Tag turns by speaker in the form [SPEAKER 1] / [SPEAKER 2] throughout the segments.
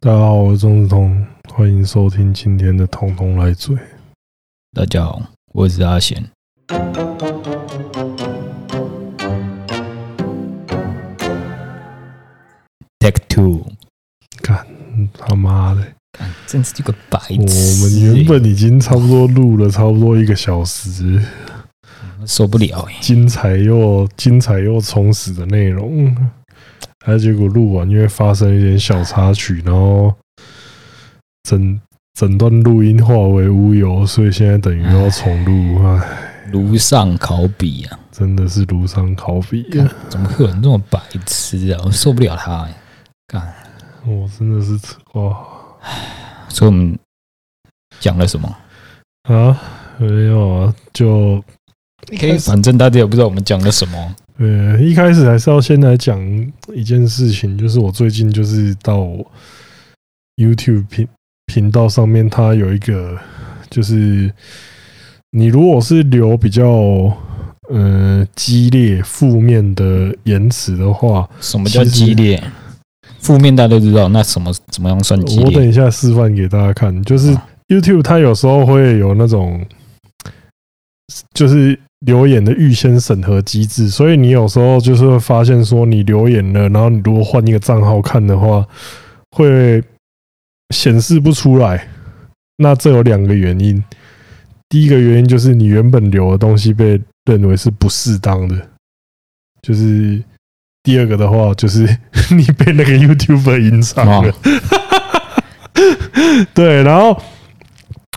[SPEAKER 1] 大家好，我是钟子通，欢迎收听今天的《通通来嘴》。
[SPEAKER 2] 大家好，我是阿贤。Take two，
[SPEAKER 1] 他妈的，
[SPEAKER 2] 干真是一个白痴欸、
[SPEAKER 1] 我们原本已经差不多录了差不多一个小时，
[SPEAKER 2] 受不了哎、
[SPEAKER 1] 精彩又精彩又充实的内容，啊，结果录完因为发生一点小插曲，然后整整段录音化为乌有，所以现在等于要重录，唉，
[SPEAKER 2] 如上考比啊！
[SPEAKER 1] 真的是如伤考比啊！
[SPEAKER 2] 干怎么会有人这么白痴啊？我受不了他、欸，干！
[SPEAKER 1] 我真的是哇
[SPEAKER 2] 所以我们讲了什么？
[SPEAKER 1] 啊，没有啊，就一开始
[SPEAKER 2] 反正大家也不知道我们讲了什么。
[SPEAKER 1] 呃，一开始还是要先来讲一件事情，就是我最近就是到我 YouTube 频频道上面，它有一个就是你如果是留比较呃激烈负面的言辞的话，
[SPEAKER 2] 什么叫
[SPEAKER 1] 其实
[SPEAKER 2] 激烈？负面大家都知道，那什么怎么样算激
[SPEAKER 1] 我等
[SPEAKER 2] 烈？
[SPEAKER 1] 一下示范给大家看，就是
[SPEAKER 2] 啊
[SPEAKER 1] YouTube 它有时候会有那种，就是留言的预先审核机制，所以你有时候就是会发现说你留言了，然后你如果换一个账号看的话，会显示不出来。那这有两个原因，第一个原因就是你原本留的东西被认为是不适当的，就是。第二个的话，就是 你被那个 YouTuber 影响了
[SPEAKER 2] 哦，
[SPEAKER 1] 对，然后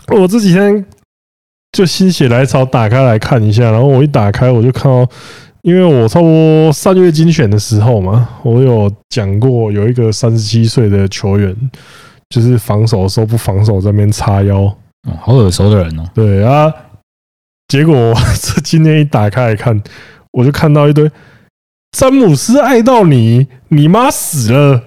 [SPEAKER 1] 我这几天就心血来潮打开来看一下，然后我一打开我就看到，因为我差不多三月精选的时候嘛，我有讲过有一个三十七岁的球员，就是防守的时候不防守这边叉腰，
[SPEAKER 2] 哦好耳熟的人哦，
[SPEAKER 1] 对啊，结果我这今天一打开来看，我就看到一堆詹姆斯爱到你，你妈死了，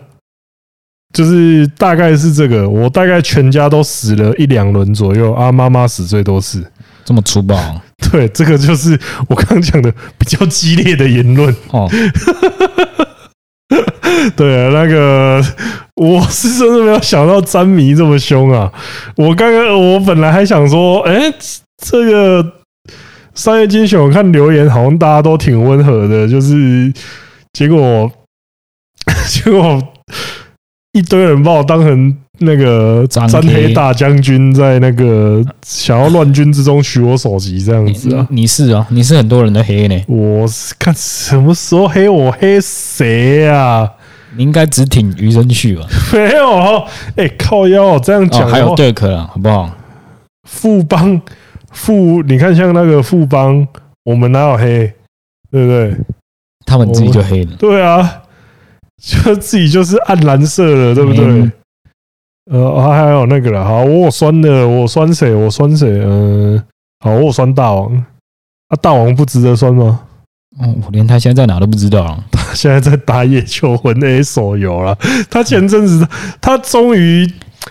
[SPEAKER 1] 就是大概是这个，我大概全家都死了一两轮左右啊，妈妈死最多次。
[SPEAKER 2] 这么粗暴哦
[SPEAKER 1] 对，这个就是我刚讲的比较激烈的言论。
[SPEAKER 2] 哦，
[SPEAKER 1] 对，那个我是真的没有想到詹迷这么凶啊！我刚刚我本来还想说，哎、这个商业精选，我看留言好像大家都挺温和的，就是结果 结果一堆人把我当成那个
[SPEAKER 2] 詹
[SPEAKER 1] 詹黑
[SPEAKER 2] 黑
[SPEAKER 1] 大将军，在那个想要乱军之中取我首级这样
[SPEAKER 2] 你
[SPEAKER 1] 子啊！
[SPEAKER 2] 你是哦，你是很多人的黑呢，
[SPEAKER 1] 我是看什么时候黑我黑谁啊？
[SPEAKER 2] 你应该只挺余生旭吧？
[SPEAKER 1] 没有哦，哎、靠腰哦，这样 讲、
[SPEAKER 2] 哦，还有
[SPEAKER 1] 对
[SPEAKER 2] 对克啊，好不好？
[SPEAKER 1] 富邦富，你看像那个富邦，我们哪有黑，对不对？
[SPEAKER 2] 他们自己就黑了，
[SPEAKER 1] 对啊，就自己就是暗蓝色了，对不对？
[SPEAKER 2] 嗯
[SPEAKER 1] 呃，还有那个了，好，我有酸的，我有酸谁？我酸谁？嗯、好，我有酸大王啊，大王不值得酸吗？
[SPEAKER 2] 哦，我连他现在在哪都不知道啊。
[SPEAKER 1] 他现在在打野球魂 A 手游了，他前阵子他终于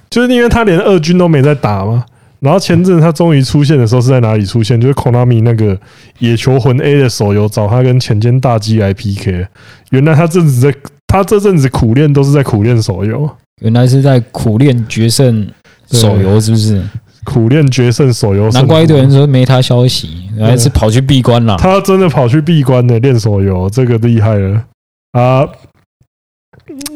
[SPEAKER 1] 就是因为他连二军都没在打嘛，然后前阵子他终于出现的时候是在哪里出现？就是 Konami 那个野球魂 A 的手游找他跟前间大鸡来 PK。原来他这阵子在他这阵子苦练都是在苦练手游，
[SPEAKER 2] 原来是在苦练决胜手游，是不是？
[SPEAKER 1] 苦练决胜手游。
[SPEAKER 2] 难怪一堆人说没他消息，原来是跑去闭关了。
[SPEAKER 1] 他真的跑去闭关的练手游，这个厉害了啊！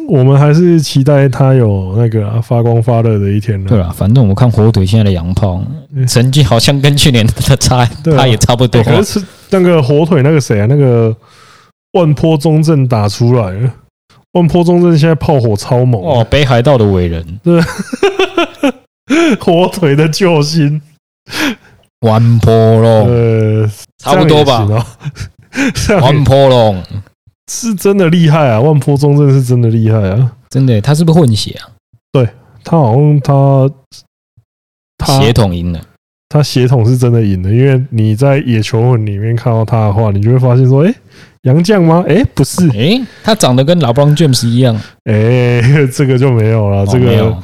[SPEAKER 1] 我们还是期待他有那个啊、发光发热的一天
[SPEAKER 2] 对啊
[SPEAKER 1] 呢。哎
[SPEAKER 2] 了，反正我看火腿现在的洋炮
[SPEAKER 1] 嗯
[SPEAKER 2] 成绩好像跟去年的差，
[SPEAKER 1] 对啊
[SPEAKER 2] 他也差不多
[SPEAKER 1] 对，。可是吃那个火腿那个谁啊，那个万坡中正打出来了，万坡中正现在炮火超猛，
[SPEAKER 2] 哦，北海道的伟人
[SPEAKER 1] 火腿的救星，
[SPEAKER 2] ，One Polo，
[SPEAKER 1] 呃，
[SPEAKER 2] 哦差不多
[SPEAKER 1] 这
[SPEAKER 2] 吧
[SPEAKER 1] 样也行哦。 这样也
[SPEAKER 2] ，One Polo，
[SPEAKER 1] 是真的厉害啊！万坡中正是真的厉害啊！
[SPEAKER 2] 真的，他是不是混血啊？
[SPEAKER 1] 他好像他他
[SPEAKER 2] 血统赢了，
[SPEAKER 1] 他血统是真的赢的，因为你在野球魂里面看到他的话，你就会发现说，哎、杨绛吗？哎、不是，
[SPEAKER 2] 诶，他长得跟老 b r James 一样，
[SPEAKER 1] 哎、这个就没有了。
[SPEAKER 2] 哦
[SPEAKER 1] 这
[SPEAKER 2] 没
[SPEAKER 1] 个
[SPEAKER 2] 有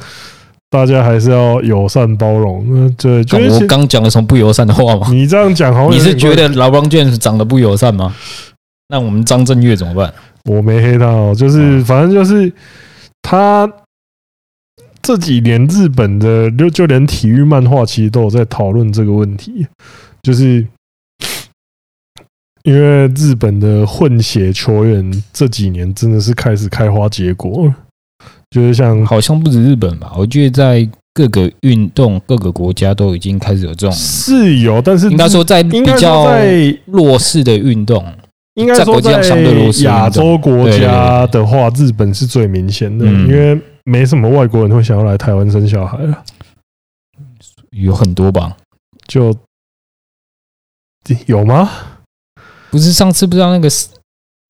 [SPEAKER 1] 大家还是要友善包容。嗯，对，就
[SPEAKER 2] 干
[SPEAKER 1] 是
[SPEAKER 2] 我刚讲了什么不友善的话吗？
[SPEAKER 1] 你这样讲好像
[SPEAKER 2] 你是觉
[SPEAKER 1] 得
[SPEAKER 2] 得老 b r James 长得不友善吗？那我们张震岳怎么办？嗯
[SPEAKER 1] 我没黑他哦，就是反正就是他这几年日本的就就连体育漫画其实都有在讨论这个问题，就是因为日本的混血球员这几年真的是开始开花结果了，就是像
[SPEAKER 2] 好像不止日本吧，我觉得在各个运动、各个国家都已经开始有这种，
[SPEAKER 1] 是有，但是
[SPEAKER 2] 应该说在比
[SPEAKER 1] 应该说
[SPEAKER 2] 较
[SPEAKER 1] 在
[SPEAKER 2] 弱势的运动，
[SPEAKER 1] 应该
[SPEAKER 2] 在
[SPEAKER 1] 说
[SPEAKER 2] 国际上相对弱势
[SPEAKER 1] 亚洲国
[SPEAKER 2] 对对
[SPEAKER 1] 家
[SPEAKER 2] 对
[SPEAKER 1] 的话，日本是最明显的，
[SPEAKER 2] 嗯
[SPEAKER 1] 因为没什么外国人会想要来台湾生小孩啊，
[SPEAKER 2] 有很多吧？
[SPEAKER 1] 就有吗？
[SPEAKER 2] 不是上次不知道那个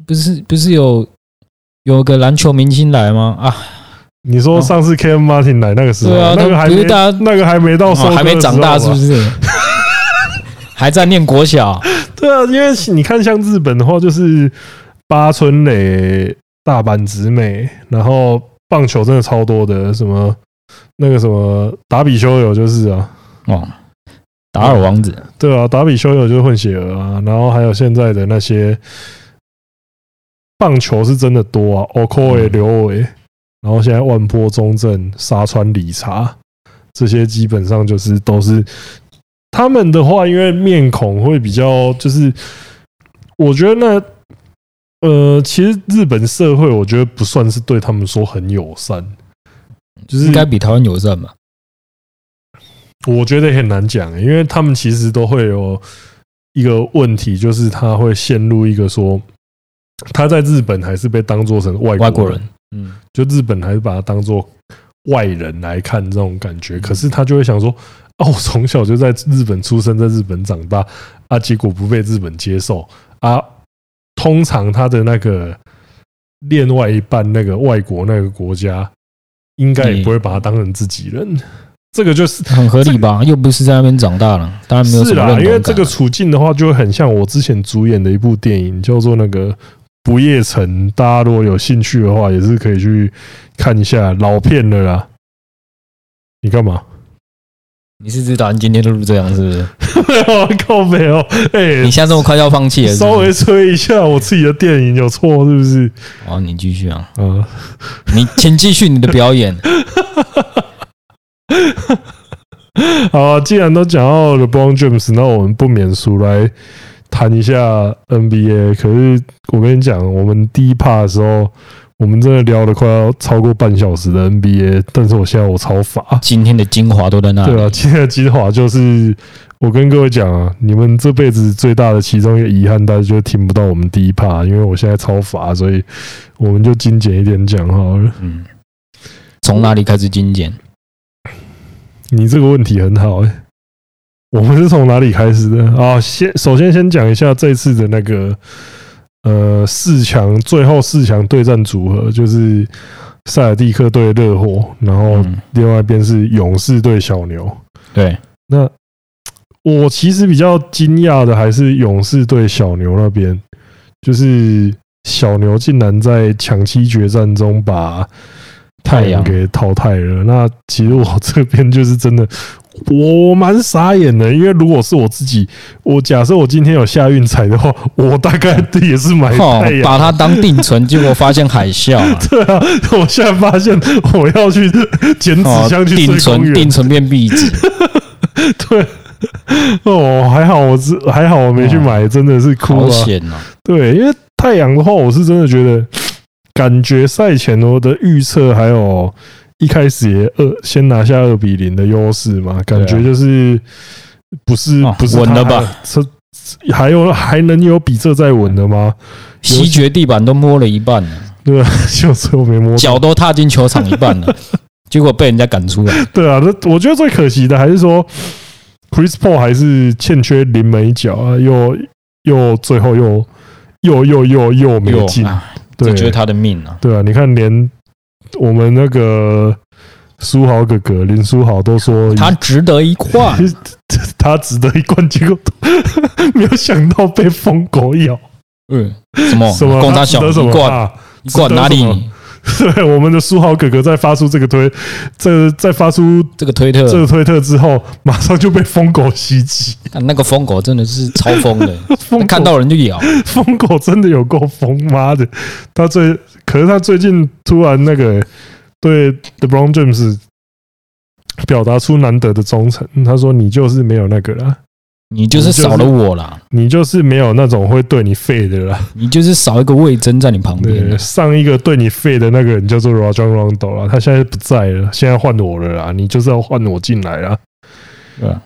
[SPEAKER 2] 不是不是有有个篮球明星来吗？啊，
[SPEAKER 1] 你说上次 Kevin Martin 来那个时候，
[SPEAKER 2] 对啊，
[SPEAKER 1] 那个还
[SPEAKER 2] 不
[SPEAKER 1] 没
[SPEAKER 2] 是大家
[SPEAKER 1] 那个还没到收割
[SPEAKER 2] 哦
[SPEAKER 1] 的
[SPEAKER 2] 还没长大
[SPEAKER 1] 时
[SPEAKER 2] 是
[SPEAKER 1] 候吧啊
[SPEAKER 2] 不是？还在念国小，
[SPEAKER 1] 对啊，因为你看像日本的话，就是八村垒、大阪直美，然后棒球真的超多的，什么那个什么达比修友就是啊，
[SPEAKER 2] 哦，达尔王子，
[SPEAKER 1] 对啊，达比修友就是混血儿啊，然后还有现在的那些棒球是真的多啊 o k o
[SPEAKER 2] 嗯
[SPEAKER 1] 刘伟，然后现在万波中正、沙川理查这些基本上就是都是他们的话，因为面孔会比较就是，我觉得那。呃，其实日本社会，我觉得不算是对他们说很友善，就是
[SPEAKER 2] 应该比台湾友善吧？
[SPEAKER 1] 我觉得也很难讲，因为他们其实都会有一个问题，就是他会陷入一个说他在日本还是被当做成外
[SPEAKER 2] 外
[SPEAKER 1] 国
[SPEAKER 2] 国
[SPEAKER 1] 人
[SPEAKER 2] 人，嗯，
[SPEAKER 1] 就日本还是把他当做外人来看这种感
[SPEAKER 2] 嗯
[SPEAKER 1] 觉。可是他就会想说，啊，我从小就在日本出生，在日本长大，啊，结果不被日本接受啊。通常他的那个另外一半，那个外国那个国家，应该也不会把他当成自己人。这个就是
[SPEAKER 2] 很合理吧？又不是在那边长大了，当然没有
[SPEAKER 1] 是
[SPEAKER 2] 什么
[SPEAKER 1] 啦，
[SPEAKER 2] 认
[SPEAKER 1] 因为
[SPEAKER 2] 同
[SPEAKER 1] 这
[SPEAKER 2] 感啊
[SPEAKER 1] 个
[SPEAKER 2] 了。
[SPEAKER 1] 处境的话，就会很像我之前主演的一部电影，叫做那个《不夜城》。大家如果有兴趣的话，也是可以去看一下，老片了啦。你干嘛？
[SPEAKER 2] 你是知道你今天都录这样是不是？
[SPEAKER 1] 靠北哦！哎、
[SPEAKER 2] 你现在这么快就要放弃了是不是
[SPEAKER 1] 稍微吹一下我自己的电影有错是不是？
[SPEAKER 2] 哦，你继续啊，
[SPEAKER 1] 啊，
[SPEAKER 2] 你请继续你的 表演。
[SPEAKER 1] 好啊，既然都讲到 LeBron James，那我们不免俗来谈一下 NBA。可是我跟你讲，我们第一趴的时候，我们真的聊了快要超过半小时的 NBA，但是我现在我超乏。
[SPEAKER 2] 今天的精华都在那里。
[SPEAKER 1] 对啊，今天的精华就是我跟各位讲啊，你们这辈子最大的其中一个遗憾，大家就听不到我们第一趴，因为我现在超乏，所以我们就精简一点讲好了。
[SPEAKER 2] 嗯，从哪里开始精简？
[SPEAKER 1] 你这个问题很好、欸，我们是从哪里开始的啊？先首先先讲一下这次的那个呃四强最后四强对战组合，就是塞尔蒂克对热火，然后
[SPEAKER 2] 嗯，
[SPEAKER 1] 另外一边是勇士对小牛。
[SPEAKER 2] 对，
[SPEAKER 1] 那我其实比较惊讶的还是勇士对小牛那边，就是小牛竟然在抢七决战中把太阳
[SPEAKER 2] 太
[SPEAKER 1] 给淘汰了。那其实我这边就是真的，我蛮傻眼的，因为如果是我自己，我假设我今天有下运彩的话，我大概也是买
[SPEAKER 2] 哦
[SPEAKER 1] 太，阳。
[SPEAKER 2] 把它当定存，结果发现海啸啊。
[SPEAKER 1] 对啊， 我现在发现我要去捡纸
[SPEAKER 2] 哦，
[SPEAKER 1] 箱去追
[SPEAKER 2] 定
[SPEAKER 1] 公
[SPEAKER 2] 存
[SPEAKER 1] 园
[SPEAKER 2] 定，存变壁纸，
[SPEAKER 1] 对。 哦，还好我知，还好我没去
[SPEAKER 2] 哦
[SPEAKER 1] 买，真的是 哭
[SPEAKER 2] 好
[SPEAKER 1] 啊！
[SPEAKER 2] 险哦！
[SPEAKER 1] 对，因为太阳的话，我是真的觉得，感觉赛前我的预测还有一开始也二先拿下二比零的优势嘛，感觉
[SPEAKER 2] 对啊
[SPEAKER 1] 就是不是、
[SPEAKER 2] 哦
[SPEAKER 1] 不是
[SPEAKER 2] 稳
[SPEAKER 1] 他
[SPEAKER 2] 了吧？
[SPEAKER 1] 这还有还能有比这再稳的吗？
[SPEAKER 2] 席掘地板都摸了一半了，
[SPEAKER 1] 对啊，就最后没摸到
[SPEAKER 2] 脚都踏进球场一半 了，结果被人家赶出来。
[SPEAKER 1] 对啊，那我觉得最可惜的还是说，Chris Paul 还是欠缺临门一脚啊，又又最后又又又又又没
[SPEAKER 2] 哟
[SPEAKER 1] 进，
[SPEAKER 2] 哎
[SPEAKER 1] 对
[SPEAKER 2] 这就是他的命啊！
[SPEAKER 1] 对啊，你看连我们那个书豪哥哥林书豪都说
[SPEAKER 2] 他值得一块，
[SPEAKER 1] 他值得一冠，结果 都没有想到被疯狗咬，
[SPEAKER 2] 嗯，什么
[SPEAKER 1] 什么
[SPEAKER 2] 供
[SPEAKER 1] 他
[SPEAKER 2] 他
[SPEAKER 1] 值
[SPEAKER 2] 小
[SPEAKER 1] 得什
[SPEAKER 2] 一
[SPEAKER 1] 么
[SPEAKER 2] 罐
[SPEAKER 1] 啊？
[SPEAKER 2] 一罐
[SPEAKER 1] 值得
[SPEAKER 2] 哪
[SPEAKER 1] 什么
[SPEAKER 2] 里？
[SPEAKER 1] 对，我们的书豪哥哥在发出这个推，这在发出
[SPEAKER 2] 这个推
[SPEAKER 1] 这
[SPEAKER 2] 特
[SPEAKER 1] 个，推特之后，马上就被疯狗袭击。
[SPEAKER 2] 看那个疯狗真的是超疯 的，
[SPEAKER 1] 疯狗
[SPEAKER 2] 看到人就咬。
[SPEAKER 1] 疯狗真的有够疯，妈的！他最可是他最近突然那个对 LeBron James 表达出难得的忠诚。他说你就是没有那个啦，
[SPEAKER 2] 你就是少了我啦，
[SPEAKER 1] 你就是没有那种会对你废的啦。
[SPEAKER 2] 你就是少一个魏征在你旁边
[SPEAKER 1] 对，
[SPEAKER 2] 啦。
[SPEAKER 1] 上一个对你废的那个人叫做 Rajon Rondo 啦，他现在不在了，现在换我了啦，你就是要换我进来啦。
[SPEAKER 2] 对吧？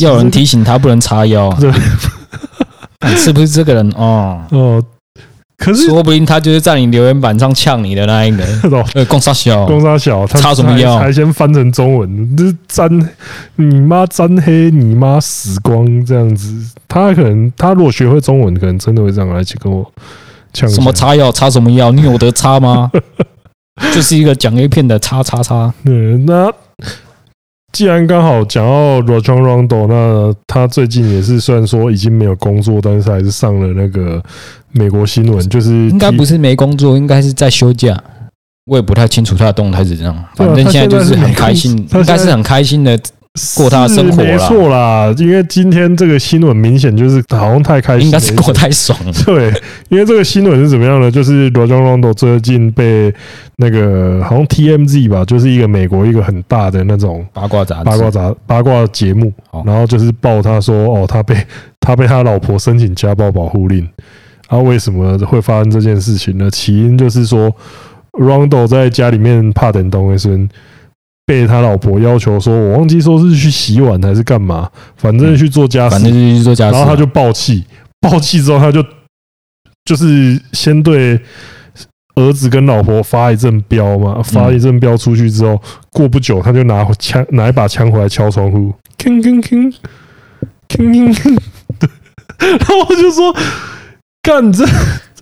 [SPEAKER 2] 要有人提醒他不能叉腰啊。
[SPEAKER 1] 对
[SPEAKER 2] 看是不是这个人哦？
[SPEAKER 1] 哦，可是
[SPEAKER 2] 说不定他就是在你留言板上呛你的那一个，
[SPEAKER 1] 哦，
[SPEAKER 2] 呃，共杀小，
[SPEAKER 1] 公差小，他
[SPEAKER 2] 插什么
[SPEAKER 1] 才
[SPEAKER 2] 腰
[SPEAKER 1] 才先翻成中文，这沾你妈沾黑，你妈死光这样子。他可能他如果学会中文，可能真的会这样来去跟我呛一下。
[SPEAKER 2] 什么叉腰，叉什么腰？你有得 叉吗？就是一个讲 A 片的叉叉叉，
[SPEAKER 1] 对，那既然刚好讲到 Rajon Rondo，那他最近也是虽然说已经没有工作，但是还是上了那个美国新闻，就是
[SPEAKER 2] 应该
[SPEAKER 1] 提
[SPEAKER 2] 不是没工作，应该是在休假。我也不太清楚他的动态是怎样，
[SPEAKER 1] 对啊
[SPEAKER 2] 反正
[SPEAKER 1] 他
[SPEAKER 2] 现在就
[SPEAKER 1] 现在
[SPEAKER 2] 是
[SPEAKER 1] 是
[SPEAKER 2] 很
[SPEAKER 1] 没
[SPEAKER 2] 开
[SPEAKER 1] 空
[SPEAKER 2] 心，
[SPEAKER 1] 他
[SPEAKER 2] 应该
[SPEAKER 1] 现
[SPEAKER 2] 是
[SPEAKER 1] 在
[SPEAKER 2] 很开心的。过他的生
[SPEAKER 1] 是
[SPEAKER 2] 活啦
[SPEAKER 1] 没错啦。因为今天这个新闻明显就是好像太开心了，
[SPEAKER 2] 应该是过太爽了。
[SPEAKER 1] 对，因为这个新闻是怎么样呢？就是 Rajon Rondo 最近被那个好像 TMZ 吧，就是一个美国一个很大的那种
[SPEAKER 2] 八卦杂志，
[SPEAKER 1] 八卦杂八卦节目
[SPEAKER 2] 好，
[SPEAKER 1] 然后就是报他说哦，他被他被他老婆申请家暴保护令。啊，为什么会发生这件事情呢？起因就是说，Rondo 在家里面怕等东卫孙，被他老婆要求说，我忘记说是去洗碗还是干嘛，反正去做家事，
[SPEAKER 2] 嗯反正就是去做家事
[SPEAKER 1] 然
[SPEAKER 2] 啊。
[SPEAKER 1] 后他就爆气，爆气之后他就就是先对儿子跟老婆发一阵飙
[SPEAKER 2] 嗯
[SPEAKER 1] 嘛，发一阵飙出去之后，过不久他就拿枪拿一把枪回来敲窗户，吭吭吭吭吭吭， 对，然后我就说干这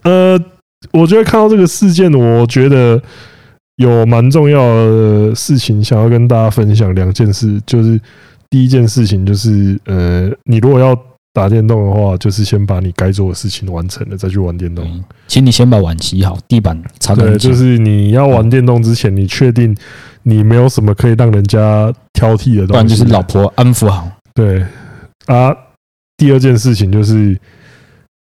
[SPEAKER 1] 呃，我觉得看到这个事件，我觉得。有蛮重要的事情想要跟大家分享，两件事，就是第一件事情就是，呃，你如果要打电动的话，就是先把你该做的事情完成了，再去玩电动。
[SPEAKER 2] 对，请你先把碗洗好，地板擦干
[SPEAKER 1] 对，
[SPEAKER 2] 净。
[SPEAKER 1] 就是你要玩电动之前，你确定你没有什么可以让人家挑剔的东西，
[SPEAKER 2] 不然就是老婆安抚好。
[SPEAKER 1] 对啊。第二件事情就是，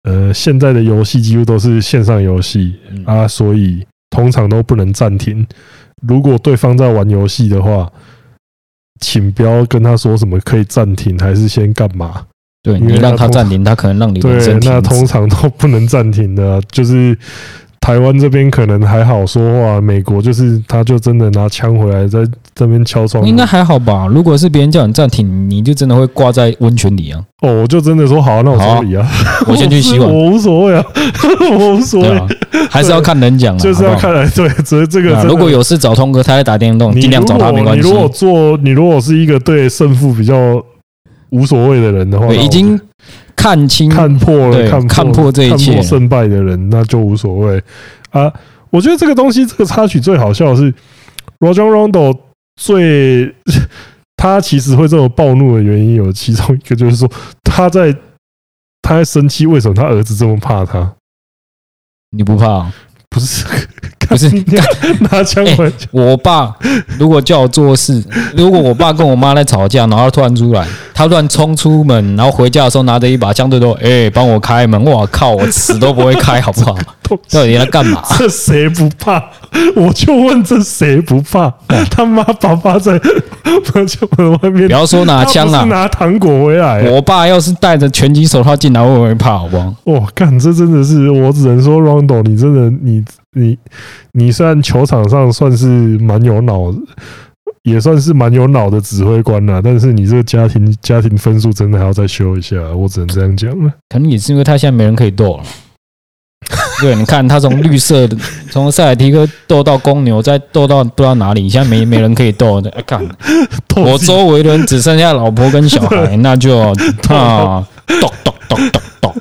[SPEAKER 1] 呃，现在的游戏几乎都是线上游戏，
[SPEAKER 2] 嗯
[SPEAKER 1] 啊，所以通常都不能暂停。如果对方在玩游戏的话，请不要跟他说什么可以暂停，还是先干嘛。
[SPEAKER 2] 对
[SPEAKER 1] 因为
[SPEAKER 2] 你让
[SPEAKER 1] 他
[SPEAKER 2] 他
[SPEAKER 1] 通
[SPEAKER 2] 暂停，他可能让你人
[SPEAKER 1] 对
[SPEAKER 2] 生，
[SPEAKER 1] 那
[SPEAKER 2] 停止
[SPEAKER 1] 通啊常都不能暂停的啊、就是台湾这边可能还好说话，美国就是他就真的拿枪回来在这边敲窗户。
[SPEAKER 2] 应该还好吧？如果是别人叫你暂停，你就真的会挂在温泉里啊！
[SPEAKER 1] 哦，我就真的说好、那我
[SPEAKER 2] 好
[SPEAKER 1] 处
[SPEAKER 2] 啊
[SPEAKER 1] 理啊，
[SPEAKER 2] 我先去洗碗，
[SPEAKER 1] 我无所谓啊，我无所
[SPEAKER 2] 对
[SPEAKER 1] 谓，
[SPEAKER 2] 啊， 还是要看人讲啊，
[SPEAKER 1] 就是要
[SPEAKER 2] 好不好
[SPEAKER 1] 看来对，这这个
[SPEAKER 2] 对啊
[SPEAKER 1] 真的
[SPEAKER 2] 如果有事找通哥，他在打电动，
[SPEAKER 1] 你
[SPEAKER 2] 哦尽量找
[SPEAKER 1] 如
[SPEAKER 2] 他
[SPEAKER 1] 果
[SPEAKER 2] 没关
[SPEAKER 1] 你
[SPEAKER 2] 系
[SPEAKER 1] 如。果做，你如果是一个对胜负比较无所谓的人的话，
[SPEAKER 2] 对，
[SPEAKER 1] 那我
[SPEAKER 2] 已经看清
[SPEAKER 1] 看破了，
[SPEAKER 2] 对
[SPEAKER 1] 看
[SPEAKER 2] 看
[SPEAKER 1] 破
[SPEAKER 2] 破这一
[SPEAKER 1] 看
[SPEAKER 2] 切
[SPEAKER 1] 破，胜败的人，那就无所谓啊。我觉得这个东西，这个插曲最好笑的是，Roger Rondo 最他其实会这么暴怒的原因，有其中一个就是说他在他在生气，为什么他儿子这么怕他？
[SPEAKER 2] 你不怕啊？
[SPEAKER 1] 不是，
[SPEAKER 2] 不是
[SPEAKER 1] 干你娘拿枪
[SPEAKER 2] 哎
[SPEAKER 1] 回
[SPEAKER 2] 我爸 如果叫我做事，如果我爸跟我妈在吵架，然后他突然出来，他突然冲出门，然后回家的时候拿着一把枪对着我，哎、帮我开门！我靠，我死都不会开，好不 好？
[SPEAKER 1] 头。
[SPEAKER 2] 到底在干 嘛？
[SPEAKER 1] 这谁不怕？我就问这谁不怕？他妈爸爸在 我就门外面
[SPEAKER 2] 哎不，要说拿枪啊
[SPEAKER 1] 他不是
[SPEAKER 2] 啦，
[SPEAKER 1] 拿糖果回来。
[SPEAKER 2] 我爸要是戴着拳击手套进来，我也会怕，好不好？
[SPEAKER 1] 我干，这真的是，我只能说 Rondo，你真的，你你你虽然球场上算是蛮有脑，也算是蛮有脑的指挥官啦，但是你这个家庭家庭分数真的还要再修一下，啊我只能这样讲了。
[SPEAKER 2] 可能也是因为他现在没人可 以斗了。对，你看他从绿色的，从塞尔提克斗到公牛，再斗到不知道哪里，现在没没人可以斗的。哎看、 我周围的人只剩下老婆跟小孩， 那就啊，咚咚咚咚咚，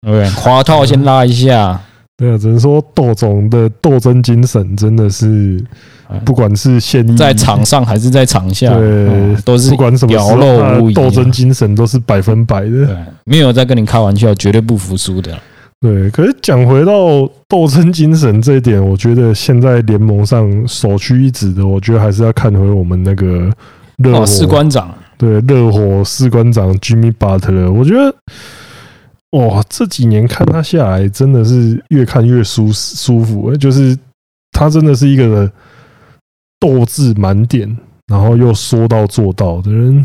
[SPEAKER 2] 对不对？滑套先拉一下，
[SPEAKER 1] 对啊，只能说斗总的斗争精神真的是，不管是现役
[SPEAKER 2] 哎在场上还是在场下，
[SPEAKER 1] 嗯对
[SPEAKER 2] 嗯都是
[SPEAKER 1] 不管什么时
[SPEAKER 2] 表
[SPEAKER 1] 候，他
[SPEAKER 2] 露无
[SPEAKER 1] 的
[SPEAKER 2] 遗啊，
[SPEAKER 1] 斗争精神都是百分百的。
[SPEAKER 2] 对，没有在跟你开玩笑，绝对不服输的。
[SPEAKER 1] 对，可是讲回到斗争精神这一点，我觉得现在联盟上首屈一指的，我觉得还是要看回我们那个热火
[SPEAKER 2] 哦，士官长，
[SPEAKER 1] 对热火士官长 Jimmy Butler，我觉得。哇，这几年看他下来，真的是越看越舒舒服、就是他真的是一个斗志满点，然后又说到做到的人，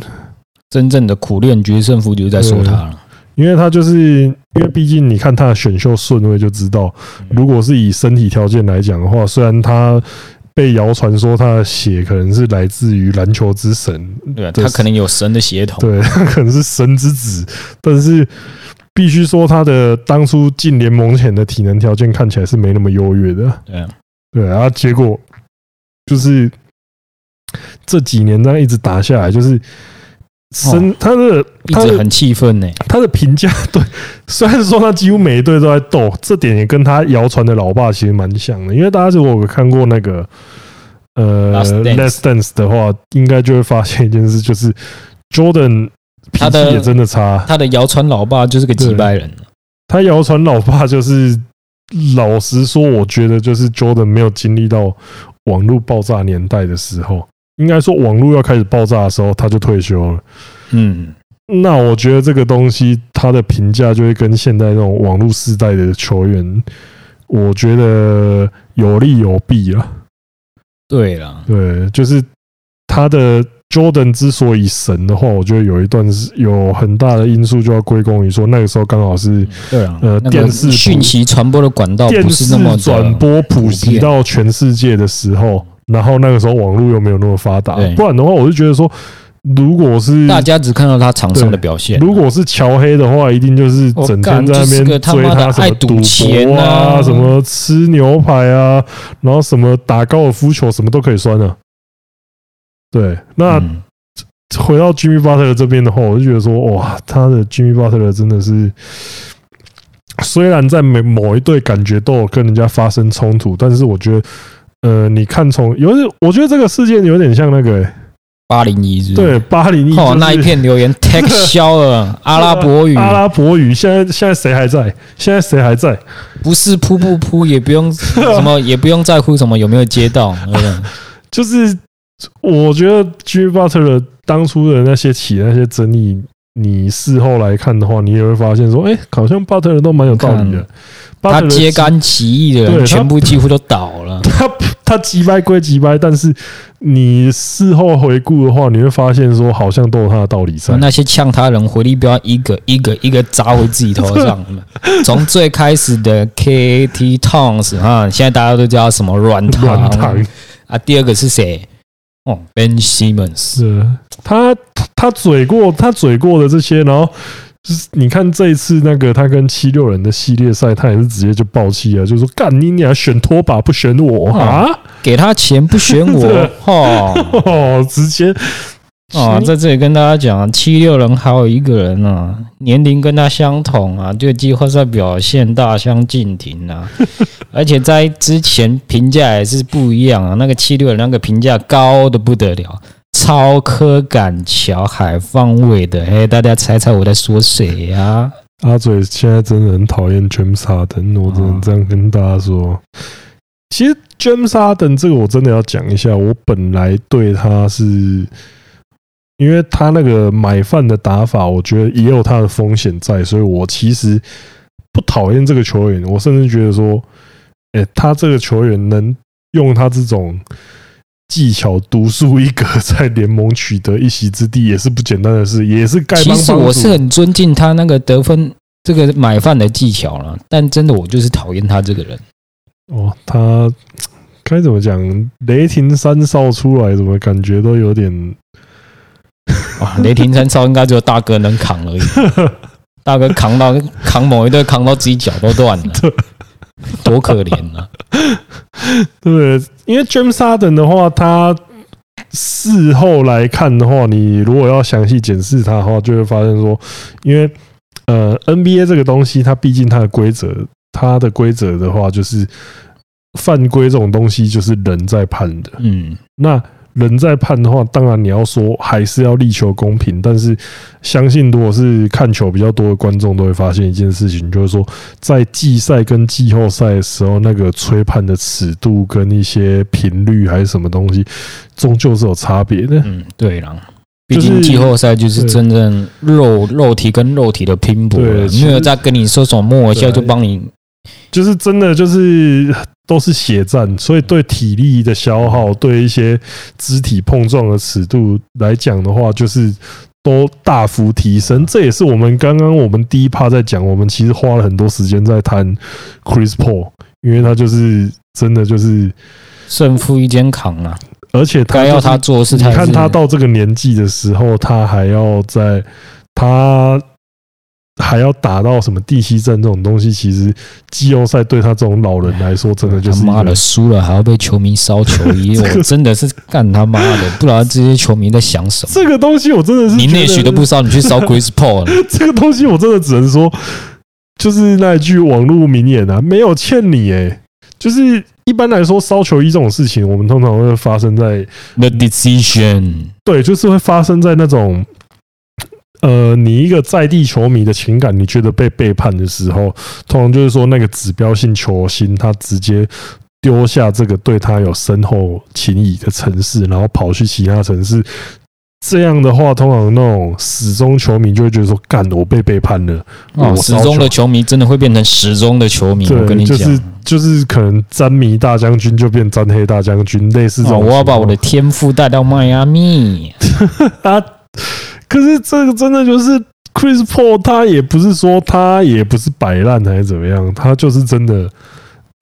[SPEAKER 2] 真正的苦练决胜负就是在说他了。
[SPEAKER 1] 因为他就是因为毕竟你看他的选秀顺位就知道，
[SPEAKER 2] 嗯
[SPEAKER 1] 如果是以身体条件来讲的话，虽然他被谣传说他的血可能是来自于篮球之神，
[SPEAKER 2] 对啊，
[SPEAKER 1] 这
[SPEAKER 2] 他
[SPEAKER 1] 是
[SPEAKER 2] 可能有神的血统，
[SPEAKER 1] 对， 他可能是神之子，但是必须说他的当初进联盟前的体能条件看起来是没那么优越的。
[SPEAKER 2] 对啊，
[SPEAKER 1] 对啊，结果就是这几年这样一直打下来，就是
[SPEAKER 2] 哦
[SPEAKER 1] 身、他的
[SPEAKER 2] 一
[SPEAKER 1] 他
[SPEAKER 2] 直
[SPEAKER 1] 的
[SPEAKER 2] 很气愤呢。
[SPEAKER 1] 他的评价， 对，虽然说他几乎每一队都在斗，这点也跟他谣传的老爸其实蛮像的，因为大家如果有看过那个呃《
[SPEAKER 2] Last Dance
[SPEAKER 1] Less Dance》的话，应该就会发现一件事，就是 Jordan 脾
[SPEAKER 2] 他
[SPEAKER 1] 气
[SPEAKER 2] 的
[SPEAKER 1] 也真的差，
[SPEAKER 2] 他的谣传老爸就是个几百人，
[SPEAKER 1] 他谣传老爸就是，老实说，我觉得就是 Jordan 没有经历到网络爆炸年代的时候，应该说网络要开始爆炸的时候，他就退休了。
[SPEAKER 2] 嗯，
[SPEAKER 1] 那我觉得这个东西，他的评价就会跟现在那种网络世代的球员，我觉得有利有弊啊。
[SPEAKER 2] 对啦，
[SPEAKER 1] 对，就是他的 Jordan 之所以神的话，我觉得有一段是有很大的因素就要归功于说那个时候刚好是
[SPEAKER 2] 对啊，
[SPEAKER 1] 呃
[SPEAKER 2] 那
[SPEAKER 1] 电视
[SPEAKER 2] 个讯息传播的管道
[SPEAKER 1] 电
[SPEAKER 2] 哦不
[SPEAKER 1] 视
[SPEAKER 2] 是那么的
[SPEAKER 1] 转播普及到全世界的时候，然后那个时候网络又没有那么发达
[SPEAKER 2] 对，
[SPEAKER 1] 不然的话，我就觉得说，如果是
[SPEAKER 2] 大家只看到他场上的表现，嗯
[SPEAKER 1] 如果是乔黑的话，一定就是
[SPEAKER 2] 我
[SPEAKER 1] 整
[SPEAKER 2] 哦干
[SPEAKER 1] 天在
[SPEAKER 2] 就是
[SPEAKER 1] 那
[SPEAKER 2] 个
[SPEAKER 1] 边
[SPEAKER 2] 他
[SPEAKER 1] 追
[SPEAKER 2] 妈的
[SPEAKER 1] 什
[SPEAKER 2] 爱
[SPEAKER 1] 么
[SPEAKER 2] 赌
[SPEAKER 1] 赌
[SPEAKER 2] 钱
[SPEAKER 1] 博
[SPEAKER 2] 啊
[SPEAKER 1] 啊，什么吃牛排啊，然后什么打高尔夫球，什么都可以酸啊。对，那
[SPEAKER 2] 嗯
[SPEAKER 1] 回到 Jimmy Butler 这边的话，我就觉得说，哇，他的 Jimmy Butler 真的是，虽然在每某一队感觉都有跟人家发生冲突，但是我觉得，呃，你看从有点，我觉得这个事件有点像那个、欸
[SPEAKER 2] 八零一是不是
[SPEAKER 1] 对八零一
[SPEAKER 2] 哦，那一片 留言太消了，阿拉伯语
[SPEAKER 1] 阿拉伯语，现在现在谁还在？现在谁还在？
[SPEAKER 2] 不是扑不扑，也 不用什么，也不用在乎什么有没有接到，对不对
[SPEAKER 1] 就是我觉得 Jimmy Butler 当初的那些起那些争议，你事后来看的话，你也会发现说，哎、好像 Butler 都蛮有道理的。
[SPEAKER 2] 他
[SPEAKER 1] Butler
[SPEAKER 2] 揭竿起义的
[SPEAKER 1] 对
[SPEAKER 2] 人
[SPEAKER 1] 他
[SPEAKER 2] 全部几乎都倒了，
[SPEAKER 1] 他他击败归击败，但是你事后回顾的话，你会发现说好像都有他的道理在。
[SPEAKER 2] 那些呛他人回力镖一个一个一个砸回自己头上， 从最开始的 KT Towns 啊，现在大家都叫他什么软糖
[SPEAKER 1] 软糖
[SPEAKER 2] 啊，第二个是谁？哦，Ben Simmons，
[SPEAKER 1] 是他他嘴过他嘴过的这些，然后就是你看这一次那个他跟七六人的系列赛，他也是直接就爆气啊，就说干你娘选拖把不选我啊，
[SPEAKER 2] 给他钱不选我
[SPEAKER 1] 对，
[SPEAKER 2] 哦。
[SPEAKER 1] 哦，直接
[SPEAKER 2] 哦，在这里跟大家讲，啊七六人还有一个人啊，年龄跟他相同啊，对季后赛表现大相径 庭啊，而且在之前评价也是不一样啊，那个七六人那个评价高的不得了，超科感乔海放位的，哎，大家猜猜我在说谁呀、啊？
[SPEAKER 1] 阿嘴现在真的很讨厌 James Harden，我只能这样跟大家说。其实 James Harden 这个我真的要讲一下，我本来对他是，因为他那个买饭的打法，我觉得也有他的风险在，所以我其实不讨厌这个球员，我甚至觉得说，诶、他这个球员能用他这种技巧独树一格，在联盟取得一席之地，也是不简单的事，也是丐
[SPEAKER 2] 其
[SPEAKER 1] 帮帮
[SPEAKER 2] 实我
[SPEAKER 1] 主
[SPEAKER 2] 是很尊敬他那个得分这个买饭的技巧了，但真的我就是讨厌他这个人。
[SPEAKER 1] 哦，他该怎么讲？雷霆三少出来，怎么感觉都有点……
[SPEAKER 2] 哇，雷霆三少应该只有大哥能扛而已。大哥扛到扛某一队，扛到自己脚都断了，多可怜啊！
[SPEAKER 1] 对，因为 James Harden 的话，他事后来看的话，你如果要详细检视他的话，就会发现说，因为呃 NBA 这个东西，它毕竟它的规则，它的规则的话就是犯规这种东西，就是人在判的。
[SPEAKER 2] 嗯，
[SPEAKER 1] 那人在判的话，当然你要说还是要力求公平，但是相信如果是看球比较多的观众都会发现一件事情，就是说在季赛跟季后赛的时候，那个吹判的尺度跟一些频率还是什么东西，终究是有差别的。
[SPEAKER 2] 嗯，对啦，毕
[SPEAKER 1] 就是
[SPEAKER 2] 竟季后赛就是
[SPEAKER 1] 对
[SPEAKER 2] 真正肉肉体跟肉体的拼搏了啊
[SPEAKER 1] 对，其实
[SPEAKER 2] 没有在跟你说什么摸一下
[SPEAKER 1] 对
[SPEAKER 2] 就帮你
[SPEAKER 1] 就是真的就是都是血战，所以对体力的消耗，对一些肢体碰撞的尺度来讲的话，就是都大幅提升。这也是我们刚刚我们第一趴在讲，我们其实花了很多时间在谈 Chris Paul，因为他就是真的就是，
[SPEAKER 2] 胜负一肩扛啊，
[SPEAKER 1] 而且他、
[SPEAKER 2] 该
[SPEAKER 1] 就是、
[SPEAKER 2] 要他做的事，
[SPEAKER 1] 你
[SPEAKER 2] 还
[SPEAKER 1] 看
[SPEAKER 2] 是
[SPEAKER 1] 他到这个年纪的时候，他还要在他还要打到什么地西战这种东西，其实季后赛对他这种老人来说，真的就是
[SPEAKER 2] 他
[SPEAKER 1] 一
[SPEAKER 2] 妈
[SPEAKER 1] 个
[SPEAKER 2] 的输了还要被球迷烧球 衣，我真的是干他妈的，不然这些球迷在想什么？
[SPEAKER 1] 这个东西，我真的是
[SPEAKER 2] 你
[SPEAKER 1] 觉得
[SPEAKER 2] 内许都不烧，你去烧 Chris Paul，了
[SPEAKER 1] 这个东西，我真的只能说，就是那一句网络名言啊，没有欠你诶、就是一般来说，烧球衣这种事情，我们通常会发生在
[SPEAKER 2] ，The Decision，
[SPEAKER 1] 对，就是会发生在那种，呃，你一个在地球迷的情感，你觉得被背叛的时候，通常就是说那个指标性球星，他直接丢下这个对他有深厚情谊的城市，然后跑去其他城市。这样的话，通常那种始终球迷就会觉得说：“干，我被背叛了。
[SPEAKER 2] 哦，
[SPEAKER 1] 我
[SPEAKER 2] 时
[SPEAKER 1] 烧
[SPEAKER 2] 钟
[SPEAKER 1] 球
[SPEAKER 2] 的球迷真的会变成时钟的球迷，我跟
[SPEAKER 1] 对，
[SPEAKER 2] 你
[SPEAKER 1] 就
[SPEAKER 2] 讲。
[SPEAKER 1] 是就是可能詹迷大将军就变詹黑大将军，类似这
[SPEAKER 2] 哦，
[SPEAKER 1] 种情况、
[SPEAKER 2] 我要把我的天赋带到迈阿密。
[SPEAKER 1] 他，可是这个真的就是 Chris Paul，他也不是说他也不是摆烂还是怎么样，他就是真的